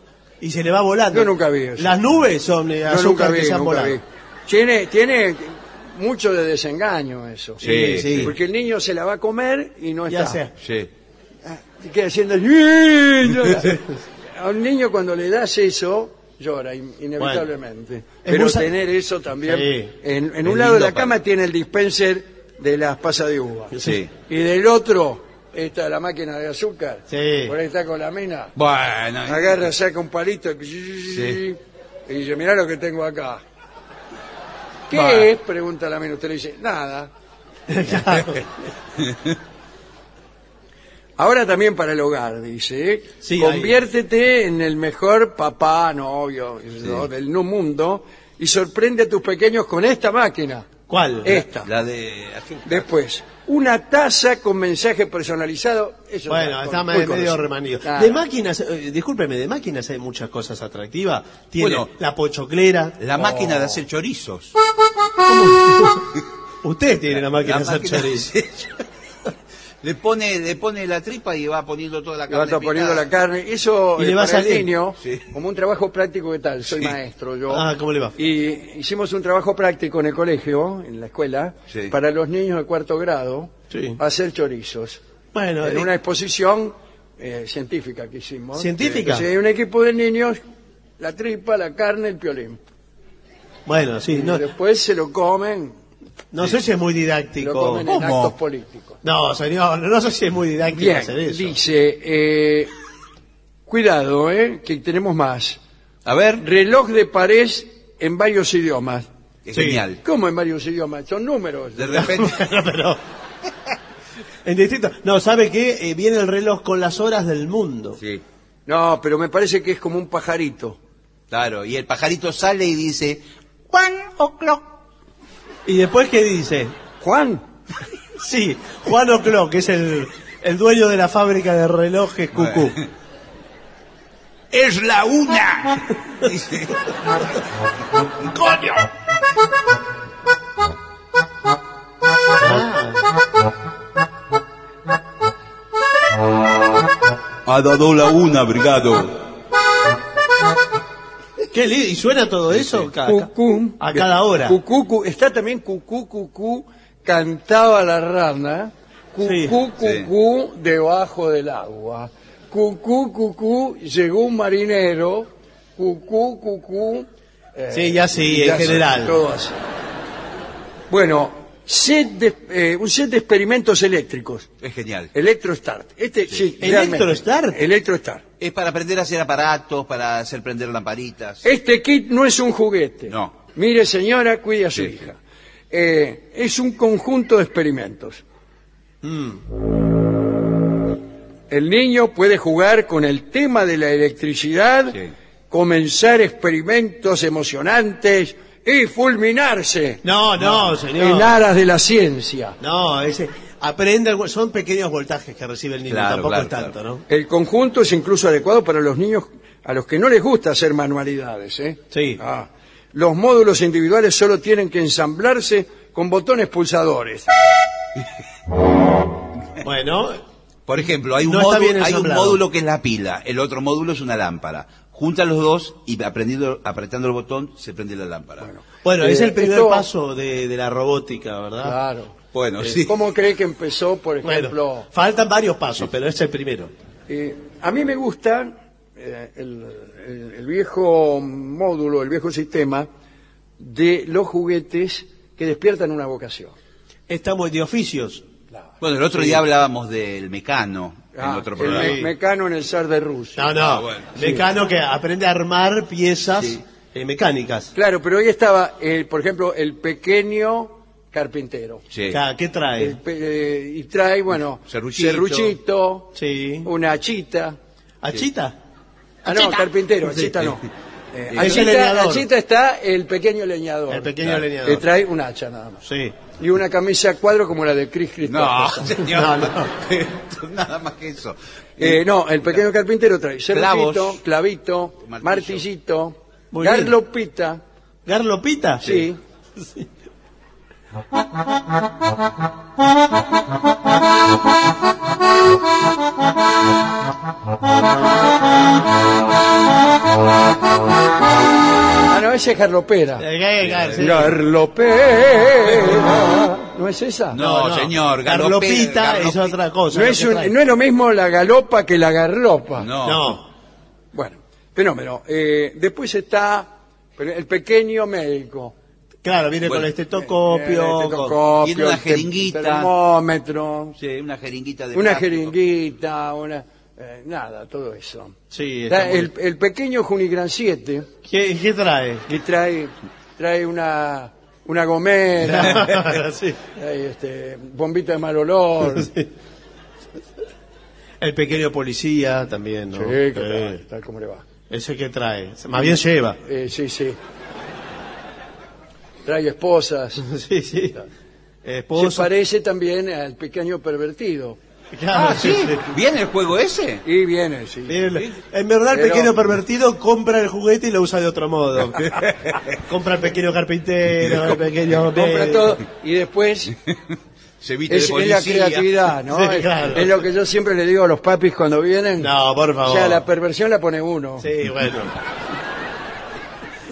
B: y se le va volando.
A: Yo nunca vi eso.
B: Las nubes son eh,
A: Yo
B: azúcar
A: nunca
B: que
A: vi,
B: se han
A: nunca
B: volado.
A: vi. Tiene, tiene mucho de desengaño eso.
C: Sí,
B: Sí, sí.
A: Porque el niño se la va a comer y no
B: Ya
A: está.
B: sea.
C: Sí.
A: Se queda haciendo... el- A un niño cuando le das eso, llora in- inevitablemente. Pero
B: muy sa-
A: tener eso también...
B: Sí.
A: En, en
C: Es
A: un lado de
C: lindo
A: la
C: para-
A: cama tiene el dispenser de las pasas de uva.
C: Sí.
A: Y del otro, está la máquina de azúcar.
B: Sí.
A: Por ahí está con la mina.
C: Bueno.
A: Agarra, saca un palito y dice, mirá lo que tengo acá. ¿Qué
C: Bah.
A: es? Pregunta la mina. Usted le dice, nada. Ahora también para el hogar, dice. ¿eh?
B: Sí,
A: Conviértete en el mejor papá, novio, ¿no? del no mundo y sorprende a tus pequeños con esta máquina.
B: ¿Cuál?
A: Esta.
C: La de azúcar.
A: Después, una taza con mensaje personalizado. Eso
B: Bueno,
A: ya,
B: está
A: con-
B: me-
A: muy
B: medio
A: conocido.
B: remanido.
A: Nada.
B: De máquinas, eh, discúlpeme, de máquinas hay muchas cosas atractivas. Tiene
C: Bueno.
B: la pochoclera.
C: La máquina de hacer chorizos.
B: Usted tiene la máquina
C: La
B: de hacer
C: máquina de
B: chorizo.
C: hacer chorizo. Le pone, le pone la tripa y va poniendo toda la
A: Le
C: carne.
A: va poniendo
C: picada.
A: la carne. Eso
B: Y
A: eh,
B: le va
A: para
B: a salir.
A: el niño,
C: Sí.
A: como un trabajo práctico que tal. Soy maestro yo.
B: Ah, ¿cómo le va?
A: Y hicimos un trabajo práctico en el colegio, en la escuela,
C: Sí.
A: para los niños de cuarto grado,
B: Sí.
A: hacer chorizos.
B: Bueno,
A: en
B: eh,
A: una exposición eh, científica que hicimos.
B: ¿Científica?
A: Sí, un equipo de niños, la tripa, la carne, el piolín.
B: bueno, sí, no,
A: Y después se lo comen,
B: no sé si es muy
A: lo
B: didáctico.
A: comen en
C: ¿Cómo?
A: actos políticos.
B: No, señor, no sé si es muy didáctico
A: Bien,
B: hacer eso.
A: dice, eh, cuidado, eh, que tenemos más.
C: A ver.
A: Reloj de pared en varios idiomas.
C: Es
B: Sí.
C: genial.
A: ¿Cómo en varios idiomas? Son números.
C: De repente.
B: Bueno, pero... En distinto... No, ¿sabe qué? Eh, viene el reloj con las horas del mundo.
C: Sí.
A: No, pero me parece que es como un pajarito.
C: Claro. Y el pajarito sale y dice. One o'clock.
B: ¿Y después qué dice?
A: Juan,
B: Sí, Juan O'Clock, que es el, el dueño de la fábrica de relojes Cucú.
C: ¡Es la una! Dice. ¡Coño! Ha dado la una, brigado.
B: Qué lindo. ¿Y suena todo eso? Ca- ca-
A: cucú.
B: A cada hora.
A: Cucú, cu- Está también cucú, cucú, cantaba la rana. Cucú,
B: Sí,
A: cucú, debajo del agua. Cucú, cucú, llegó un marinero. Cucú, cucú. eh,
B: Sí, y así,
A: y
B: en
A: así,
B: general.
A: todo así. Bueno, set de- eh, un set de experimentos eléctricos.
C: Es genial.
A: Electrostart. Este, sí.
B: ¿Electrostart?
A: realmente. Electrostart.
C: Es para aprender a hacer aparatos, para hacer prender lamparitas.
A: Este kit no es un juguete.
C: No.
A: Mire, señora, cuide a su
C: Sí.
A: hija. Eh, es un conjunto de experimentos. El niño puede jugar con el tema de la electricidad,
C: Sí.
A: comenzar experimentos emocionantes y fulminarse
B: No, no,
A: en
B: señor.
A: aras de la ciencia.
B: No, ese, aprende, algo- son pequeños voltajes que recibe el niño,
C: Claro,
B: tampoco
C: claro,
B: es tanto,
C: claro.
B: ¿no?
A: El conjunto es incluso adecuado para los niños a los que no les gusta hacer manualidades. ¿eh?
B: Sí.
A: Ah. Los módulos individuales solo tienen que ensamblarse con botones pulsadores.
B: Bueno,
C: Por ejemplo, hay un,
B: No está
C: módulo,
B: bien
C: hay un
B: ensamblado.
C: módulo que es la pila, el otro módulo es una lámpara. juntan los dos y aprendiendo, apretando el botón se prende la lámpara. Bueno,
B: Bueno, es
A: Eh,
B: el primer
A: esto-
B: paso de, de la robótica, ¿verdad?
A: Claro.
C: sí.
A: Eh, ¿Cómo cree que empezó, por
B: Bueno,
A: ejemplo?
B: faltan varios pasos, pero es el primero.
A: Eh, a mí me gusta eh, el, el- el viejo módulo, el viejo sistema de los juguetes que despiertan una vocación.
B: Estamos de oficios.
C: Bueno, el otro día hablábamos del mecano
A: Ah,
C: en otro
A: el
C: programa.
A: me- mecano en el zar de Rusia.
B: No, no.
C: Ah, bueno.
B: Mecano que aprende a armar piezas
C: Sí.
B: eh, mecánicas.
A: Claro, pero hoy estaba, eh, por ejemplo, el pequeño carpintero.
C: Sí.
B: Ca- ¿Qué trae?
A: El pe- eh, y trae, bueno,
C: Serruchito.
A: serruchito,
B: Sí.
A: una chita.
B: ¿Achita?
A: Ah, no, carpintero, chita no. Eh, a
B: Es
A: chita-
B: el leñador.
A: a chita está el pequeño leñador.
B: El pequeño leñador.
A: Que trae un hacha nada más.
B: Sí.
A: Y una camisa a cuadro como la de Chris
C: No,
A: Christopherson.
B: No,
C: señor.
B: no.
C: Nada más que eso.
A: Eh, no, el pequeño carpintero trae
C: Clavos.
A: cerruchito, clavito,
C: Martillo.
A: martillito,
B: Muy bien.
A: garlopita,
B: ¿Garlopita?
A: sí. Ah, no, ese es garlopera.
B: Eh, eh, gar- sí.
A: Garlopera. ¿No es esa?
C: No, señor,
B: Garlopita,
C: garlopera,
B: es
C: garlopi-
B: otra cosa.
A: No
B: lo
A: es,
B: que
A: un-
B: trae.
A: no es lo mismo la galopa que la garlopa.
C: No.
B: No.
A: Bueno, fenómeno. Eh, después está el pequeño médico.
B: Claro, viene
C: Bueno,
B: con el estetoscopio.
A: Eh, el
B: con-
A: estetoscopio,
C: tiene una
A: el te-
C: jeringuita.
A: termómetro,
C: Sí, una jeringuita de
A: una
C: plástico.
A: jeringuita, una, eh, nada, todo eso.
B: Sí, está
A: Da-
B: muy-
A: el, el pequeño Junigran 7,
B: ¿Qué, qué trae?
A: que trae, trae una, una gomera,
B: Sí.
A: trae, este, bombita de mal olor. Sí,
B: El pequeño policía también, ¿no?
A: que
B: Sí.
A: tal, tal como le va.
B: Ese que trae. Más bien lleva.
A: Eh, sí, sí. Trae esposas.
B: Sí, sí.
A: Se
B: Esposo.
A: parece también al pequeño pervertido.
B: Claro,
C: Ah, sí.
B: sí, sí.
C: ¿Viene el juego ese?
A: Y viene, sí.
B: Bien. En verdad, el
A: Pero-
B: pequeño pervertido compra el juguete y lo usa de otro modo. compra el pequeño carpintero, el pequeño.
A: Compra todo y después
C: Se viste
A: es,
C: de
A: es la
C: policía.
A: creatividad, ¿no?
B: Sí,
A: Es-
B: claro.
A: Es lo que yo siempre le digo a los papis cuando vienen.
B: No, por
A: O
B: favor.
A: sea, la perversión la pone uno.
B: Sí, bueno.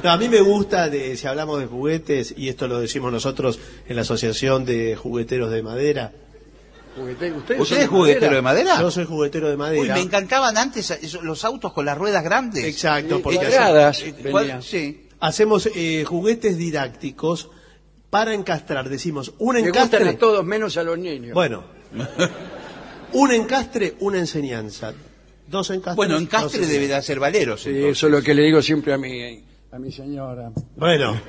B: No, a mí me gusta, de, si hablamos de juguetes, y esto lo decimos nosotros en la Asociación de Jugueteros de Madera.
A: Juguete- ¿Ustedes
C: ¿Usted
A: son
C: es juguetero de madera?
B: Yo soy juguetero de
C: Uy,
B: madera.
C: me encantaban antes esos- los autos con las ruedas grandes.
B: Exacto,
A: Y-
B: porque
A: cuadradas.
C: Eh,
A: venía.
C: ¿cuál- Sí.
B: hacemos eh, juguetes didácticos para encastrar. Decimos, un
A: Le gustan a
B: encastre.
A: todos menos a los niños.
B: Bueno, un encastre, una enseñanza. Dos encastres.
C: Bueno,
B: dos
C: encastre debe de
B: enseñanzas.
C: hacer valeros.
A: Sí,
C: entonces.
A: eso es lo que le digo siempre a mi, a mi señora.
B: Bueno,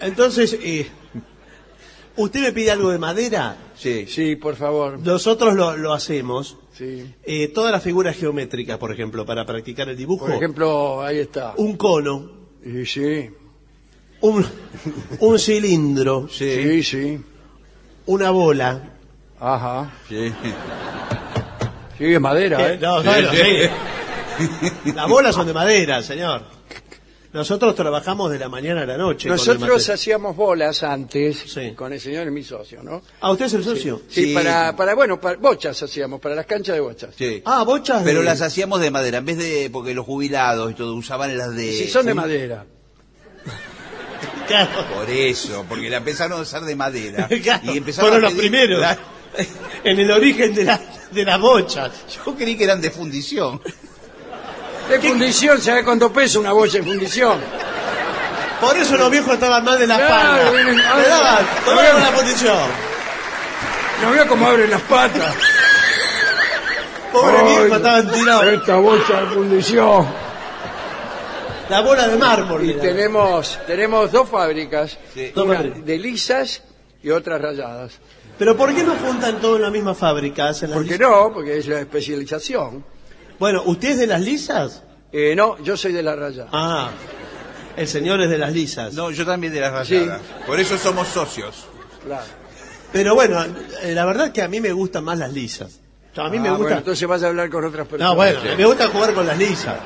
B: entonces, eh, usted me pide algo de madera,
C: Sí.
A: Sí, por favor.
B: nosotros lo, lo hacemos.
A: Sí.
B: Eh, todas las figuras geométricas, por ejemplo, para practicar el dibujo.
A: Por ejemplo, ahí está.
B: un cono,
A: Y sí,
B: un, un cilindro,
C: Sí.
A: sí, sí.
B: una bola.
A: Ajá.
C: sí.
A: Sí, es madera,
B: Eh,
A: ¿eh?
B: no, bueno, sí. Las bolas son de madera, señor. Nosotros trabajamos de la mañana a la noche. con el
A: Nosotros
B: material.
A: hacíamos bolas antes
B: Sí.
A: con el señor, mi socio, ¿no?
B: ¿A usted es el socio?
A: Sí,
C: Sí.
A: Para, para, bueno, para bochas hacíamos, para las canchas de bochas.
C: Sí.
B: Ah, bochas. de-
C: Pero las hacíamos de madera, en vez de. porque los jubilados y todo usaban las de.
A: Si son de madera.
B: Claro.
C: Por eso, porque la empezaron a usar de madera.
B: Claro,
C: y empezaron
B: fueron
C: a
B: los
C: pedir-
B: primeros.
C: Claro.
B: En el origen de, la, de las bochas.
C: Yo creí que eran de fundición.
A: De fundición, ¿sabes cuánto pesa una bocha en fundición?
B: Por eso los viejos estaban mal de la
A: Claro,
B: espalda.
A: bien, bien.
B: Le daban, tomaban
A: Bien.
B: la posición.
A: No veo cómo abren las patas.
B: Pobre
A: Ay,
B: viejo, estaban tirados.
A: Esta bocha de fundición.
B: La bola de mármol.
A: Y
B: le daban.
A: tenemos, tenemos dos fábricas, una
C: Sí.
B: Dos fábricas.
A: de lisas y otras rayadas.
B: Pero ¿por qué no juntan todo en la misma fábrica? Hacen las
A: Porque
B: lisas?
A: no, porque es la especialización.
B: Bueno, ¿usted es de las lisas?
A: Eh, no, yo soy de la rayada.
B: Ah, el señor es de las lisas.
C: No, yo también de las rayadas. Por eso somos socios.
A: Claro.
B: Pero bueno, eh, la verdad que a mí me gustan más las lisas. A mí me
A: Ah,
B: gusta...
A: bueno, entonces vas a hablar con otras personas.
B: No, bueno, me gusta jugar con las lisas.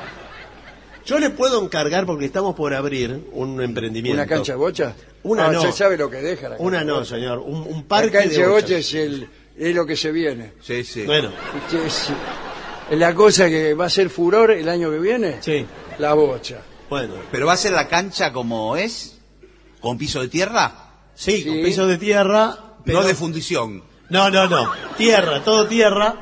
B: Yo le puedo encargar porque estamos por abrir un emprendimiento.
A: ¿Una cancha de bocha?
B: Una
A: Ah,
B: no.
A: Se sabe lo que deja la cancha
B: Una
A: de
B: no,
A: bocha.
B: señor. Un, un
A: La
B: parque
A: cancha de bocha
B: bochas.
A: Este es, el, es lo que se viene.
C: Sí, sí.
B: Bueno,
A: Es- La cosa que va a ser furor el año que viene,
B: Sí.
A: la bocha.
B: Bueno.
G: ¿Pero va a ser la cancha como es? ¿Con piso de tierra?
B: Sí,
A: Sí.
B: con piso de tierra. pero-
G: No de fundición.
B: No, no, no. Tierra, todo tierra.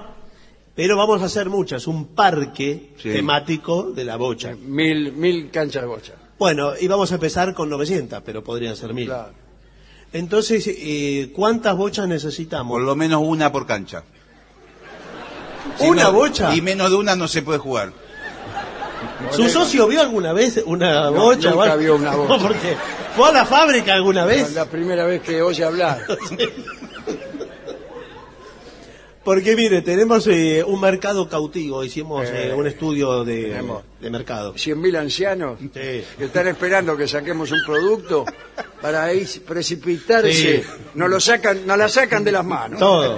B: Pero vamos a hacer muchas. Un parque
C: Sí.
B: temático de la bocha.
A: Mil, mil canchas de bocha.
B: Bueno, y vamos a empezar con 900, pero podrían ser 1000.
A: Claro.
B: Entonces, eh, ¿cuántas bochas necesitamos?
G: Por lo menos una por cancha. Si
B: ¿Una
G: no-
B: bocha?
G: Y menos de una no se puede jugar.
B: ¿Su socio vio alguna vez una bocha?
A: nunca
B: o algo?
A: vio una
B: No,
A: bocha.
B: porque ¿Fue a la fábrica alguna
A: Es
B: vez?
A: la primera vez que oye hablar.
B: Porque mire, tenemos eh, un mercado cautivo, hicimos eh,
A: Eh,
B: un estudio de,
A: tenemos.
B: de mercado.
A: 100.000 ancianos que están esperando que saquemos un producto para ahí precipitarse.
B: Sí.
A: Nos lo sacan, nos la sacan de las manos.
B: Todo.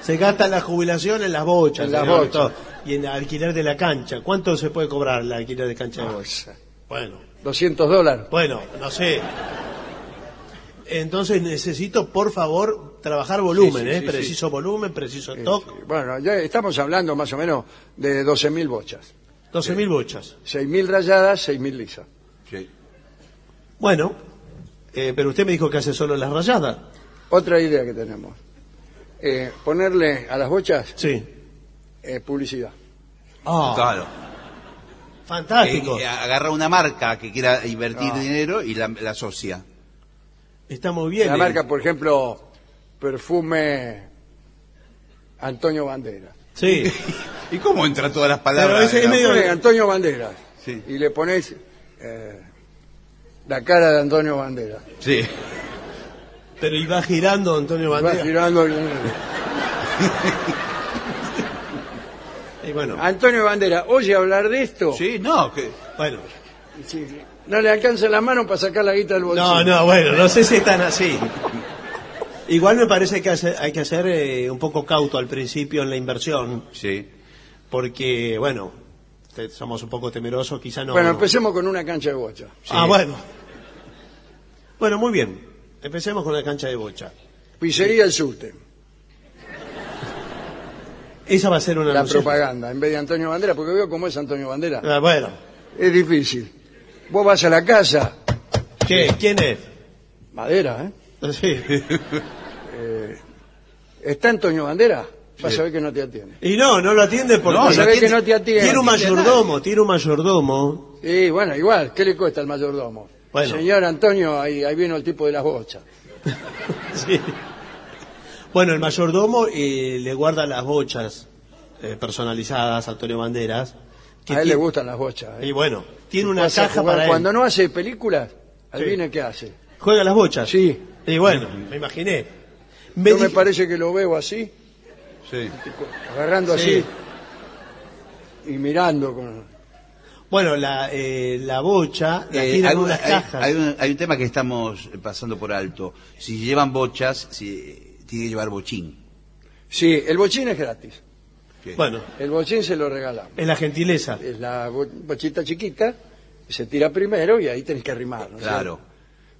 B: Se gasta la jubilación en las bochas.
A: En las
B: señor,
A: bochas.
B: todo. Y en el alquiler de la cancha. ¿Cuánto se puede cobrar el alquiler de cancha
A: Ah.
B: de bocha? Bueno,
A: 200 dólares.
B: bueno, no sé. Entonces necesito, por favor, trabajar volumen,
A: Sí, sí,
B: ¿eh?
A: sí,
B: preciso volumen, preciso
A: Eh,
B: stock.
A: sí. Bueno, ya estamos hablando más o menos de 12.000 bochas.
B: 12.000 bochas.
A: 6.000 rayadas, 6.000 lisas.
C: Sí.
B: Bueno, eh, pero usted me dijo que hace solo las rayadas.
A: Otra idea que tenemos. Eh, ponerle a las bochas
B: Sí.
A: eh, publicidad.
B: Ah,
C: Claro.
B: fantástico.
G: Eh, agarra una marca que quiera invertir
A: Ah.
G: dinero y la, la asocia.
B: Está muy bien.
A: La
B: eh.
A: marca, por ejemplo, perfume Antonio Bandera.
B: Sí.
G: ¿Y cómo entra todas las palabras?
B: Pero ese
G: de la-
B: es medio-
A: Pone Antonio Bandera.
G: Sí.
A: Y le ponéis eh, la cara de Antonio Bandera.
G: Sí.
B: Pero iba girando Antonio
A: Va
B: Bandera.
A: girando el-
B: Y bueno,
A: Antonio Bandera, oye hablar de esto.
G: Sí, no. que-
B: bueno.
A: Sí, sí. No le alcanza la mano para sacar la guita del bolsillo.
B: No, no, bueno, no sé si están así. Igual me parece que hace- hay que ser eh, un poco cauto al principio en la inversión,
G: Sí.
B: porque, bueno, te- somos un poco temerosos, quizá no.
A: bueno, pues,
B: no.
A: empecemos con una cancha de bocha.
B: Ah, bueno. Bueno, muy bien. Empecemos con la cancha de bocha.
A: Pizzería El Subte.
B: Esa va a ser una
A: La
B: anuncia-
A: propaganda, en vez de Antonio Bandera, porque veo cómo es Antonio Bandera.
B: Ah, bueno,
A: Es difícil. Vos vas a la casa,
B: ¿qué? ¿Quién es?
A: madera, ¿eh?
B: Sí.
A: ¿Está Antonio Bandera? Vas a ver que no te atiende.
B: Y no, no lo atiende porque.
A: No, se ve que no te atiende.
B: Tiene un mayordomo, tiene un mayordomo.
A: Y bueno, igual, ¿qué le cuesta al mayordomo?
B: Bueno.
A: Señor Antonio, ahí, ahí vino el tipo de las bochas.
B: Sí. Bueno, el mayordomo eh, le guarda las bochas eh, personalizadas a Antonio Banderas. que
A: A él le
B: tiene-
A: gustan las bochas. ¿eh?
B: Y bueno, tiene una
A: Pasa a
B: caja
A: jugar.
B: para él.
A: Cuando no hace películas, adivina qué hace.
B: ¿Juega las bochas?
A: Sí.
B: Y bueno, me imaginé. Me
A: Yo me
B: dije-
A: parece que lo veo así,
C: Sí.
A: agarrando
B: Sí.
A: así y mirando con...
B: Bueno, la, eh, la bocha la
C: Eh,
B: tiene
C: hay,
B: en
C: un-
B: unas
C: hay-
B: cajas.
C: hay un, hay un tema que estamos pasando por alto. Si llevan bochas, si, eh, tiene que llevar bochín.
A: Sí, el bochín es gratis.
B: Bueno,
A: El bochín se lo regalamos.
B: es la gentileza.
A: Es la bo- bochita chiquita, se tira primero y ahí tenés que arrimar. ¿no?
C: Claro.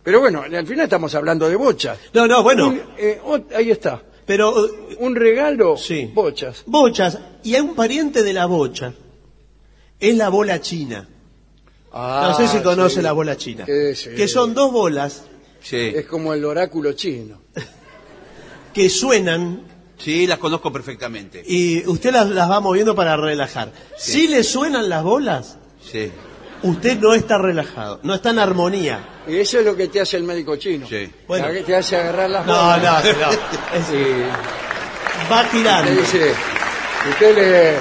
A: Pero bueno, al final estamos hablando de bochas.
B: No, no, bueno,
A: Un- eh, ot- ahí está.
B: pero eh,
A: Un regalo,
B: Sí.
A: bochas.
B: bochas, y hay un pariente de la bocha. Es la bola china. No sé si
A: Ah,
B: conoce
A: sí.
B: la bola china.
A: Eh, sí.
B: Que son dos bolas
G: Sí.
A: Es como el oráculo chino.
B: que suenan
G: Sí, las conozco perfectamente.
B: y usted las, las va moviendo para relajar. Si le suenan las bolas,
G: Sí.
B: usted no está relajado, no está en armonía.
A: Y eso es lo que te hace el médico chino.
G: Sí.
B: Bueno.
A: Que te hace agarrar las
B: No,
A: manos.
B: no, no. Ah, Es-
A: Y
B: va
A: te
B: girando,
A: dice, usted le...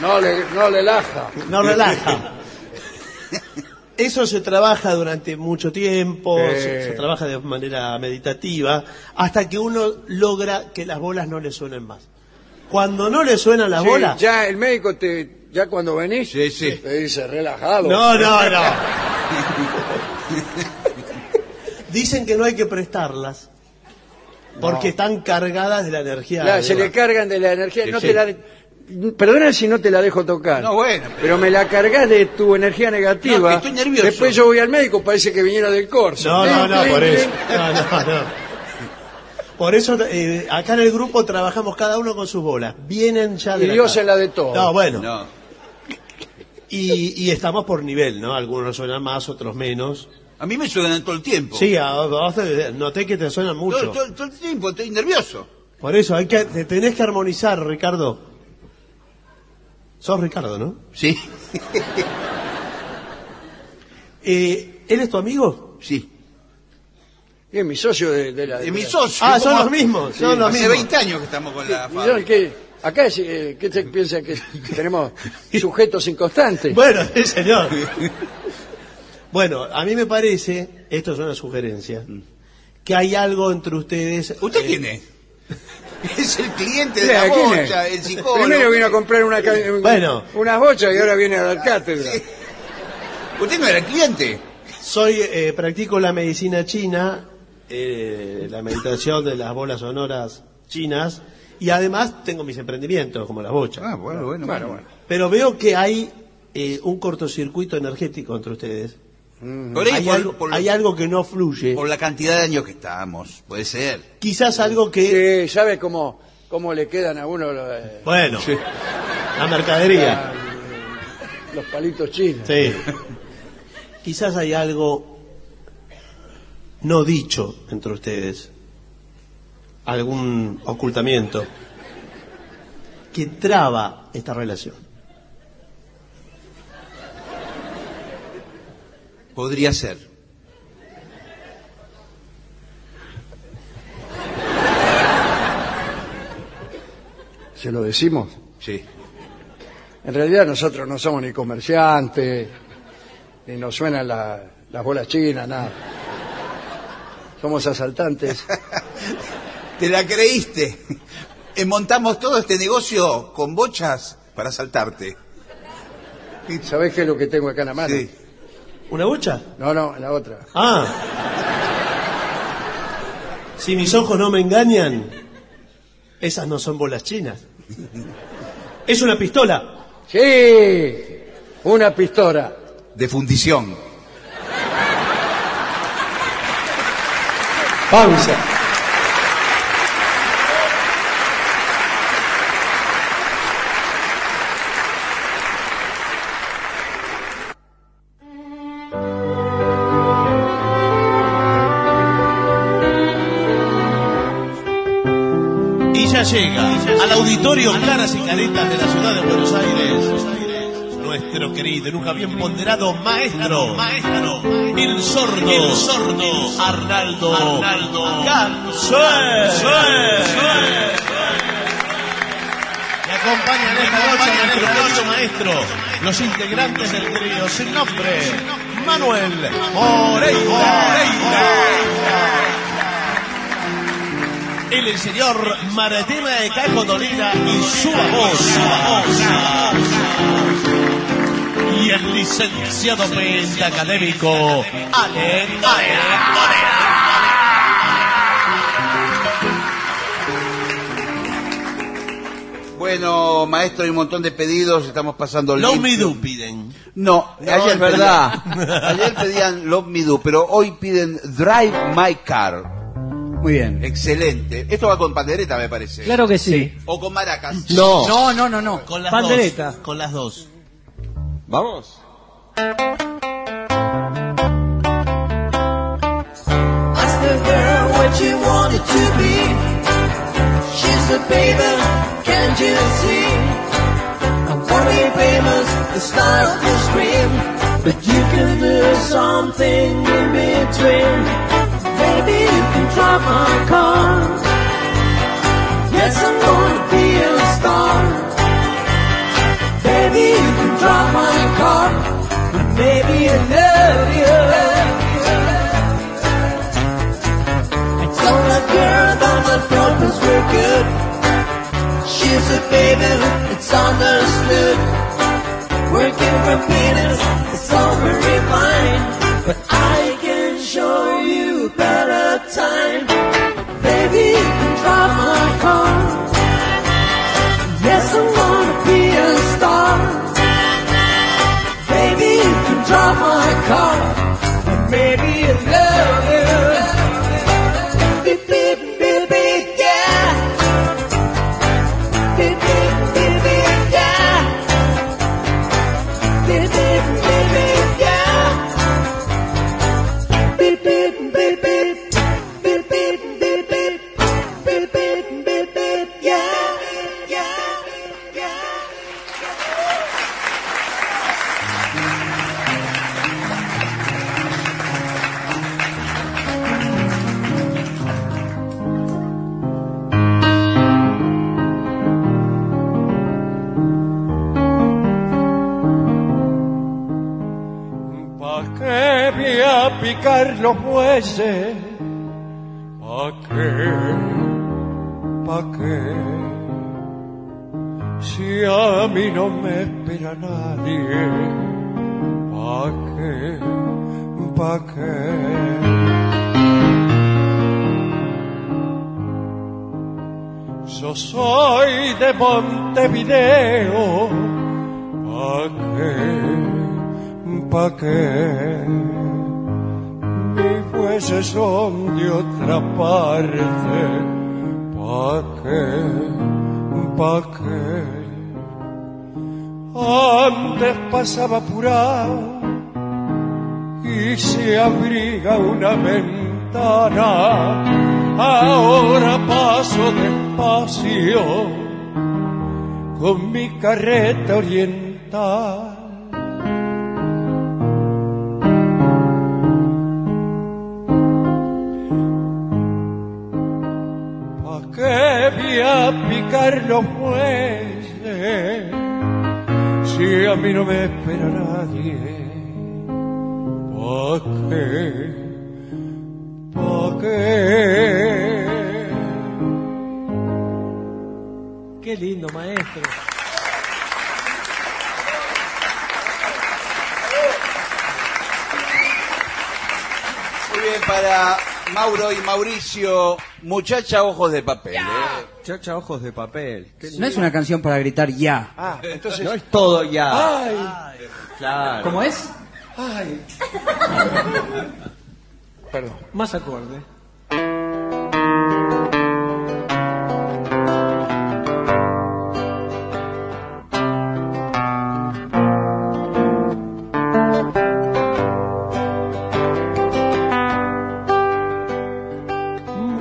A: No le, no le laja.
B: no relaja. Eso se trabaja durante mucho tiempo,
A: Eh.
B: se, se trabaja de manera meditativa, hasta que uno logra que las bolas no le suenen más. Cuando no le suenan las
A: Sí,
B: bolas,
A: Ya el médico te... Ya cuando venís,
G: Sí, sí.
A: te dice, relajado.
B: No, no, no. Dicen que no hay que prestarlas porque están cargadas de la energía.
A: Claro,
B: de-
A: se le cargan de la energía. no
G: sí.
A: te la... Perdona si no te la dejo tocar.
G: No, bueno,
A: Pero... me la cargas de tu energía negativa.
G: No, es que estoy nervioso.
A: Después yo voy al médico, parece que viniera del corso.
B: No, no,
A: Clink,
B: no, por
A: clink,
B: eso.
A: clink.
B: No, no, no. Por eso eh, acá en el grupo trabajamos cada uno con sus bolas. Vienen ya de
A: Y
B: la
A: Dios
B: casa.
A: en la de todos.
B: No, bueno.
H: No.
B: Y, y estamos por nivel, ¿no? Algunos suenan más, otros menos.
C: A mí me suenan todo el
A: Oh.
C: tiempo.
B: Sí, a- a vos te- noté que te suenan
C: Todo,
B: mucho.
C: todo- todo el tiempo, estoy nervioso.
B: Por eso hay que, te tenés que armonizar, Ricardo. Sos Ricardo, ¿no?
C: Sí,
B: Eh, ¿Él es tu amigo?
C: sí.
A: Y es mi socio de, de la...
C: Es
A: de
C: mi
A: la-
C: socio.
B: Ah, son
C: ¿cómo?
B: los mismos, son los
C: Hace
B: mismos.
C: 20 años que estamos con la
A: ¿Y yo
C: fábrica.
A: qué? Acá, es, eh, ¿qué se piensa que tenemos sujetos inconstantes?
B: Bueno, sí, señor. bueno, a mí me parece, esto es una sugerencia, que hay algo entre ustedes.
C: ¿Usted
B: eh,
C: quién es? Es el cliente de
A: Mira,
C: la
A: ¿quién es?
C: bocha, el psicólogo.
A: Primero vino a comprar una, ca- un-
B: Bueno.
A: unas bochas y ahora viene a dar cátedra.
C: Usted no era cliente.
B: Soy, eh, practico la medicina china, eh, la meditación de las bolas sonoras chinas, y además tengo mis emprendimientos, como las bochas.
H: Ah, bueno, bueno,
A: Bueno,
H: bueno.
A: bueno.
B: Pero veo que hay eh, un cortocircuito energético entre ustedes.
C: Por ahí,
B: hay,
C: por-
B: algo,
C: por-
B: hay algo que no fluye.
C: por la cantidad de años que estamos, puede ser.
B: Quizás algo que...
A: Que Eh, sabe cómo, cómo le quedan a uno los, eh,
B: Bueno, la mercadería.
A: los palitos chinos.
B: Sí. Quizás hay algo no dicho entre ustedes, algún ocultamiento que traba esta relación.
C: Podría ser.
A: ¿Se lo decimos?
C: Sí.
A: En realidad nosotros no somos ni comerciantes, ni nos suenan la- las bolas chinas, nada. Somos asaltantes.
C: Te la creíste. Eh, Montamos todo este negocio con bochas para saltarte.
A: ¿Sabés qué es lo que tengo acá en la mano?
C: Sí.
B: ¿Una bocha?
A: No, no, en la otra.
B: Ah. Si mis ojos no me engañan, esas no son bolas chinas. Es una pistola.
A: Sí, una pistola.
C: De fundición.
A: Pausa.
I: Y ya llega al auditorio Claras y Caretas de la ciudad de Buenos Aires. Nuestro querido, y nunca bien ponderado maestro, maestro, el sordo, el sordo, Arnaldo, Arnaldo, Me acompañan esta noche a nuestro querido maestro, los integrantes del trío sin nombre, Manuel Oreira. El, el señor Maratema de Caco Dolina y su voz. Y el licenciado pentacadémico Ale Dolina.
H: Bueno, maestro, hay un montón de pedidos, estamos pasando
I: No
H: limpio.
I: me dupiden.
H: No,
I: No,
H: ayer
I: es
H: verdad.
I: verdad.
H: ayer pedían Love Me Do, pero hoy piden Drive My Car.
J: Muy bien.
H: Excelente. Esto va con pandereta, me parece.
J: Claro que sí.
H: O con maracas.
J: No. No, no, no, no.
I: Con las
J: Pandereta.
I: dos. Con las dos.
K: Vamos.
E: Ask the girl what she wanted to be. She said, baby, can't you see? I'm very famous, the style can scream. But you can do something in between. Maybe you can drive my car. Yes, I'm gonna be a star. Baby, you can drive my car. But maybe I love you. I told that girl that my problems were good. She said, baby, it's understood. Working for peanuts, it's all very fine. But I can show you a better time. Baby, you can drive my car. Yes, I wanna be a star. Baby, you can drive my car. And maybe I love you. Beep, beep, beep, beep.
L: picar los bueyes. ¿Pa qué? ¿Pa qué? Si a mí no me espera nadie. ¿Pa qué? ¿Pa qué? Yo soy de Montevideo. ¿Pa qué? ¿Pa qué? Mis jueces son de otra parte. ¿Pa qué? ¿Pa qué? Antes pasaba apurado y se abriga una ventana. Ahora paso despacio con mi carreta oriental. ¿Pa qué voy a picar los bueyes si a mí no me espera nadie? ¿Pa qué? ¿Pa qué?
M: Qué lindo, maestro.
C: Muy bien, para Mauro y Mauricio, muchacha ojos de papel. ¿eh?
N: Chacha ojos de papel. Qué
A: No es una canción para gritar ya.
L: Ah, entonces.
N: No es todo ya.
L: ¡Ay!
N: Claro.
M: ¿Cómo es?
L: ¡Ay! Perdón.
M: Más acorde.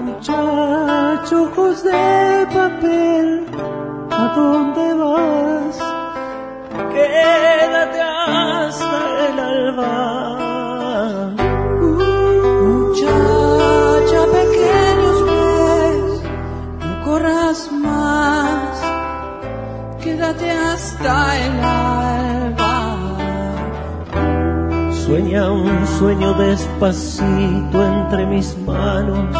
E: Muchacho, ojos de papel, ¿a dónde vas? Quédate hasta el alba. Muchacha, pequeños pies, no corras más. Quédate hasta el alba.
B: Sueña un sueño despacito entre mis manos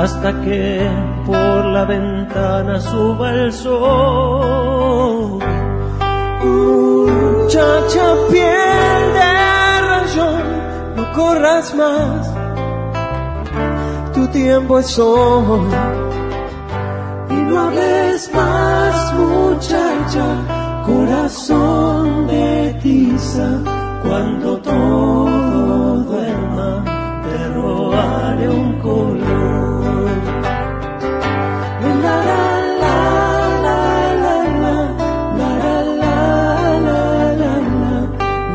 B: hasta que por la ventana suba el sol.
E: Muchacha, piel de rayón, no corras más. Tu tiempo es hoy. Y no hables más, muchacha, corazón de tiza. Cuando todo duerma, te robaré un color. La, la, la, la, la, la. La la la la la la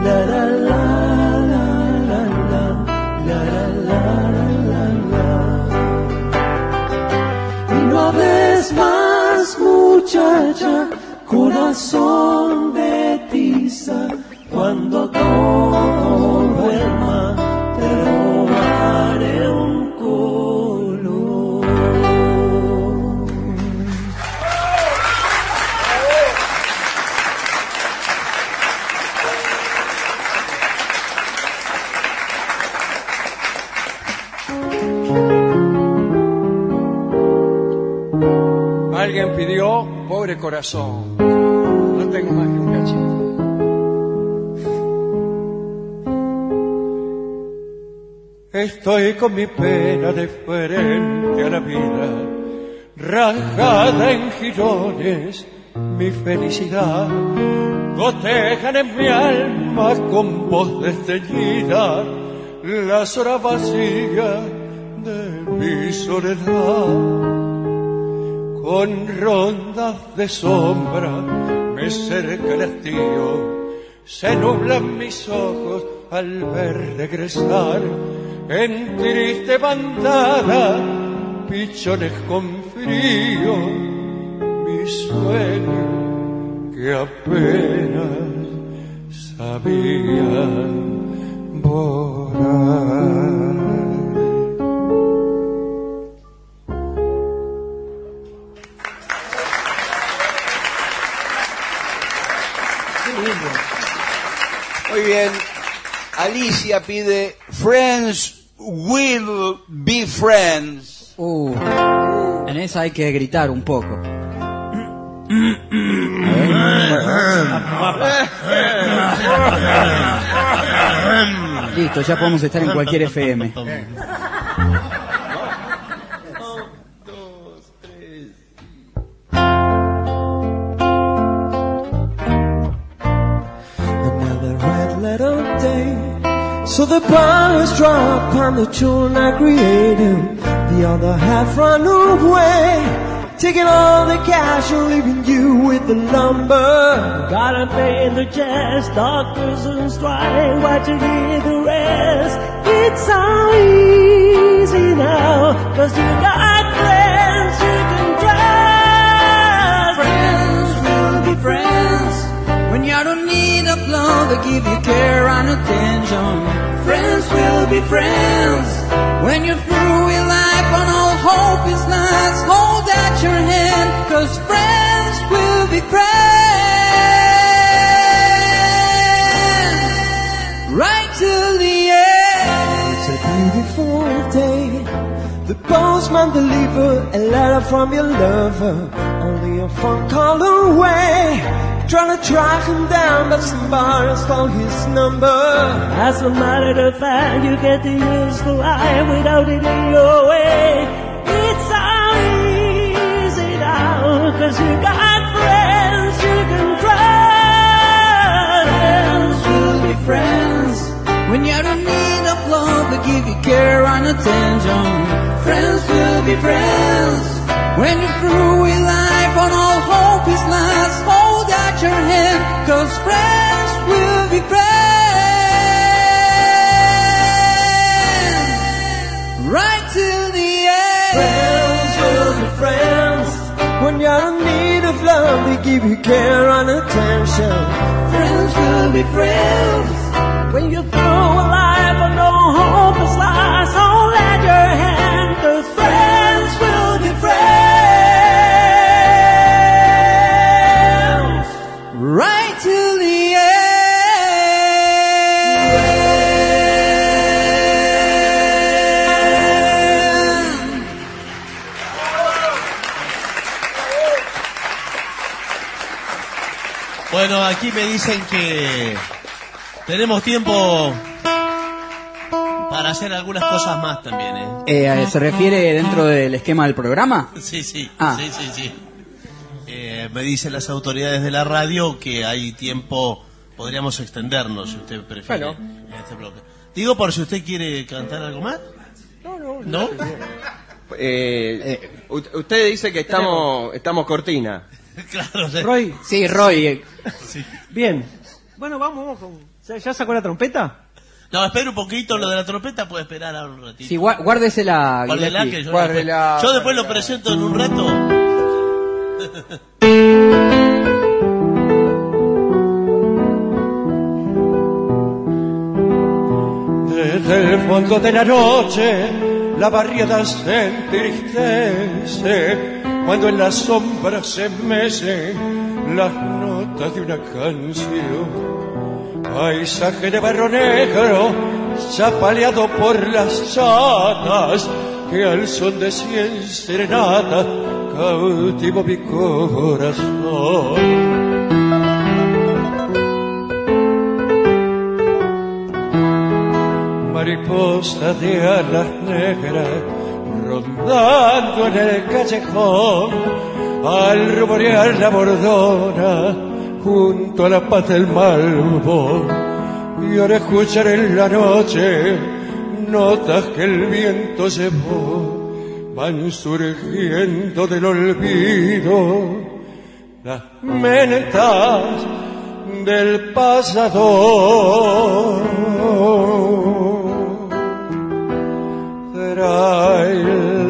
E: la la la la la la la la la la la. Y no hables más muchacha, corazón de tiza, cuando todo duerma te robaré un color.
L: Alguien pidió, pobre corazón. No tengo más que un cachito. Estoy con mi pena de frente a la vida, rajada en girones, mi felicidad. Gotejan en mi alma con voz desteñida las horas vacías de mi soledad con rondas de sombra me cerca el hastío, se nublan mis ojos al ver regresar en triste bandada pichones con frío, mi sueño que apenas sabía volar.
C: Muy bien. Alicia pide Friends will be friends.
A: Uh, en esa hay que gritar un poco. Listo, ya podemos estar en cualquier FM.
E: Another red letter day. So the bars drop on the tune I created. The other half run away. Taking all the cash and leaving you with the lumber. Gotta pay the chest, doctors and strike. What you need the rest? It's so easy now. Cause you got friends you can trust.
O: Friends will be friends. When you don't need a blow, they give you care and attention. Friends will be friends. When you're through with life and all hope is lost, hold out your hand, cause friends will be friends. Right till the end.
E: It's a beautiful day. The postman delivered a letter from your lover. Only a phone call away. Trying to track him down, but somebody stole his number. As a matter of fact, you get to use the line without it in your way. It's so easy now, cause you got friends you can trust.
O: Friends will be friends. When you don't need a love, they give you care and attention. Friends will be friends. When you're through with life and all hope is lost, hold out your hand, cause friends will be friends. Right till the end.
E: friends will be friends. When you're in need of love, they give you care and attention. Friends will be friends. When you're through with life and no hope is lost, don't let your hand, cause friends will be friends.
O: Right till the end.
B: Bueno, aquí me dicen que tenemos tiempo para hacer algunas cosas más también, ¿eh?
A: Eh, ¿Se refiere dentro del esquema del programa?
B: Sí, sí,
A: Ah.
B: sí, sí, sí. Eh, me dicen las autoridades de la radio que hay tiempo, podríamos extendernos, si usted prefiere, en este bloque. Digo, por si usted quiere cantar algo más. No, no. ¿No?
P: Eh, u- usted dice que estamos, estamos cortina.
B: Claro,
Q: Roy.
A: Sí, Roy. eh,
Q: Bien. Bueno, vamos, vamos con. ¿Ya- ¿Ya sacó la trompeta?
B: No, espera un poquito, lo de la trompeta puede esperar ahora un ratito.
A: Sí, gua- guárdesela.
B: Guárdela,
A: Guilherme.
B: que yo, después, yo después lo presento en un rato.
L: Desde el fondo de la noche la barriada se entristece cuando en la sombra se mecen las notas de una canción. Paisaje de barro negro chapaleado por las hadas que al son de cien serenatas cautivo mi corazón. mariposa de alas negras rondando en el callejón al rumorear la bordona junto a la paz del malvo y ahora escuchar en la noche notas que el viento llevó van surgiendo del olvido las mentas del pasado. Teray,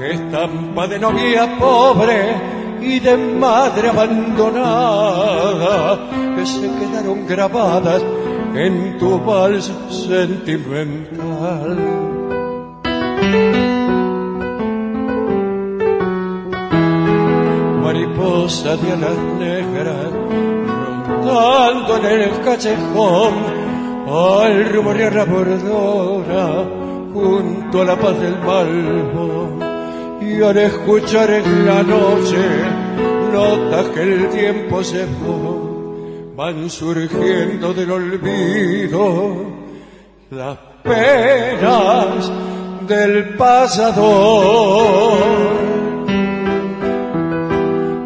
L: Estampa de novia pobre y de madre abandonada que se quedaron grabadas en tu vals sentimental. Mariposa de alas negras rondando en el callejón al rumorear la bordona junto a la paz del malvo y al escuchar en la noche notas que el tiempo se fue van surgiendo del olvido las penas del pasado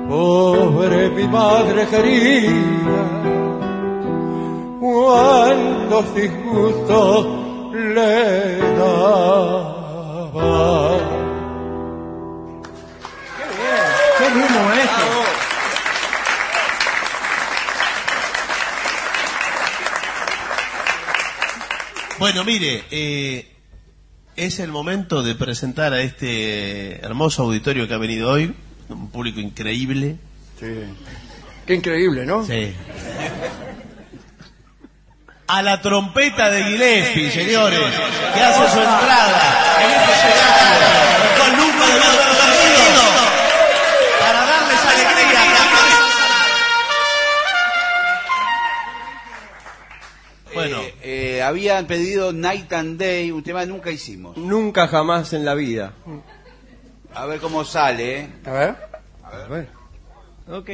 L: Pobre mi madre querida, cuántos disgustos le daba.
R: ¡Qué lindo, maestro!
B: Bueno, mire, eh, es el momento de presentar a este hermoso auditorio que ha venido hoy, un público increíble.
A: Qué increíble, ¿no?
B: Sí. A la trompeta de Gillespie, señores, que hace su entrada en este escenario con Lucas de Mato Perdido, para darles alegría.
C: Bueno, Eh, habían pedido Night and Day, un tema que nunca hicimos.
S: Nunca jamás en la vida.
C: A ver cómo sale. ¿eh?
A: A ver.
C: A ver.
R: Ok.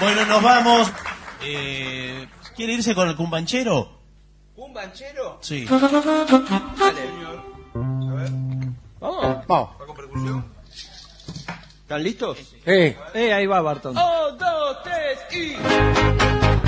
B: Bueno, nos vamos. Eh, ¿Quiere irse con el cumbanchero?
T: ¿Un banchero?
B: Sí.
S: Vamos.
A: Vamos.
S: ¿Están listos? Sí.
A: Eh.
S: ahí va Barton.
U: Un, dos, tres y.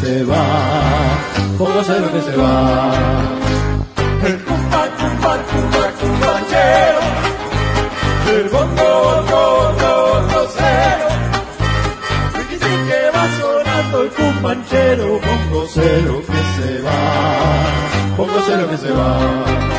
L: se va, poco cero que se va. El cumba, cumba, cumba, cumbachero, el bongo, bongo, bongo, cero. Dicen que va sonando el cumbanchero, bongo cero que se va, bongo cero que se va.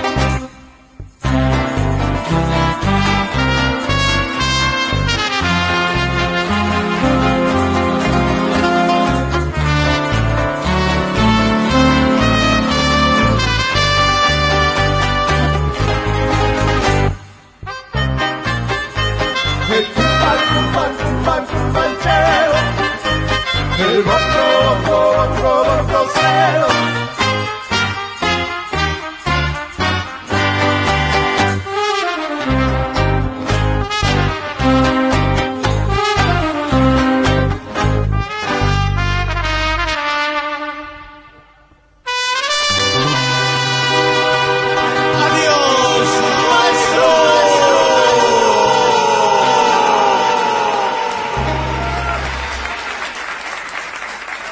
L: El cumba, cumba, cumba, cumbanchero. El bongo, bongo, bongo, bongo cero.
B: ¡Adiós, maestro!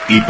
V: Y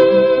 W: Thank you.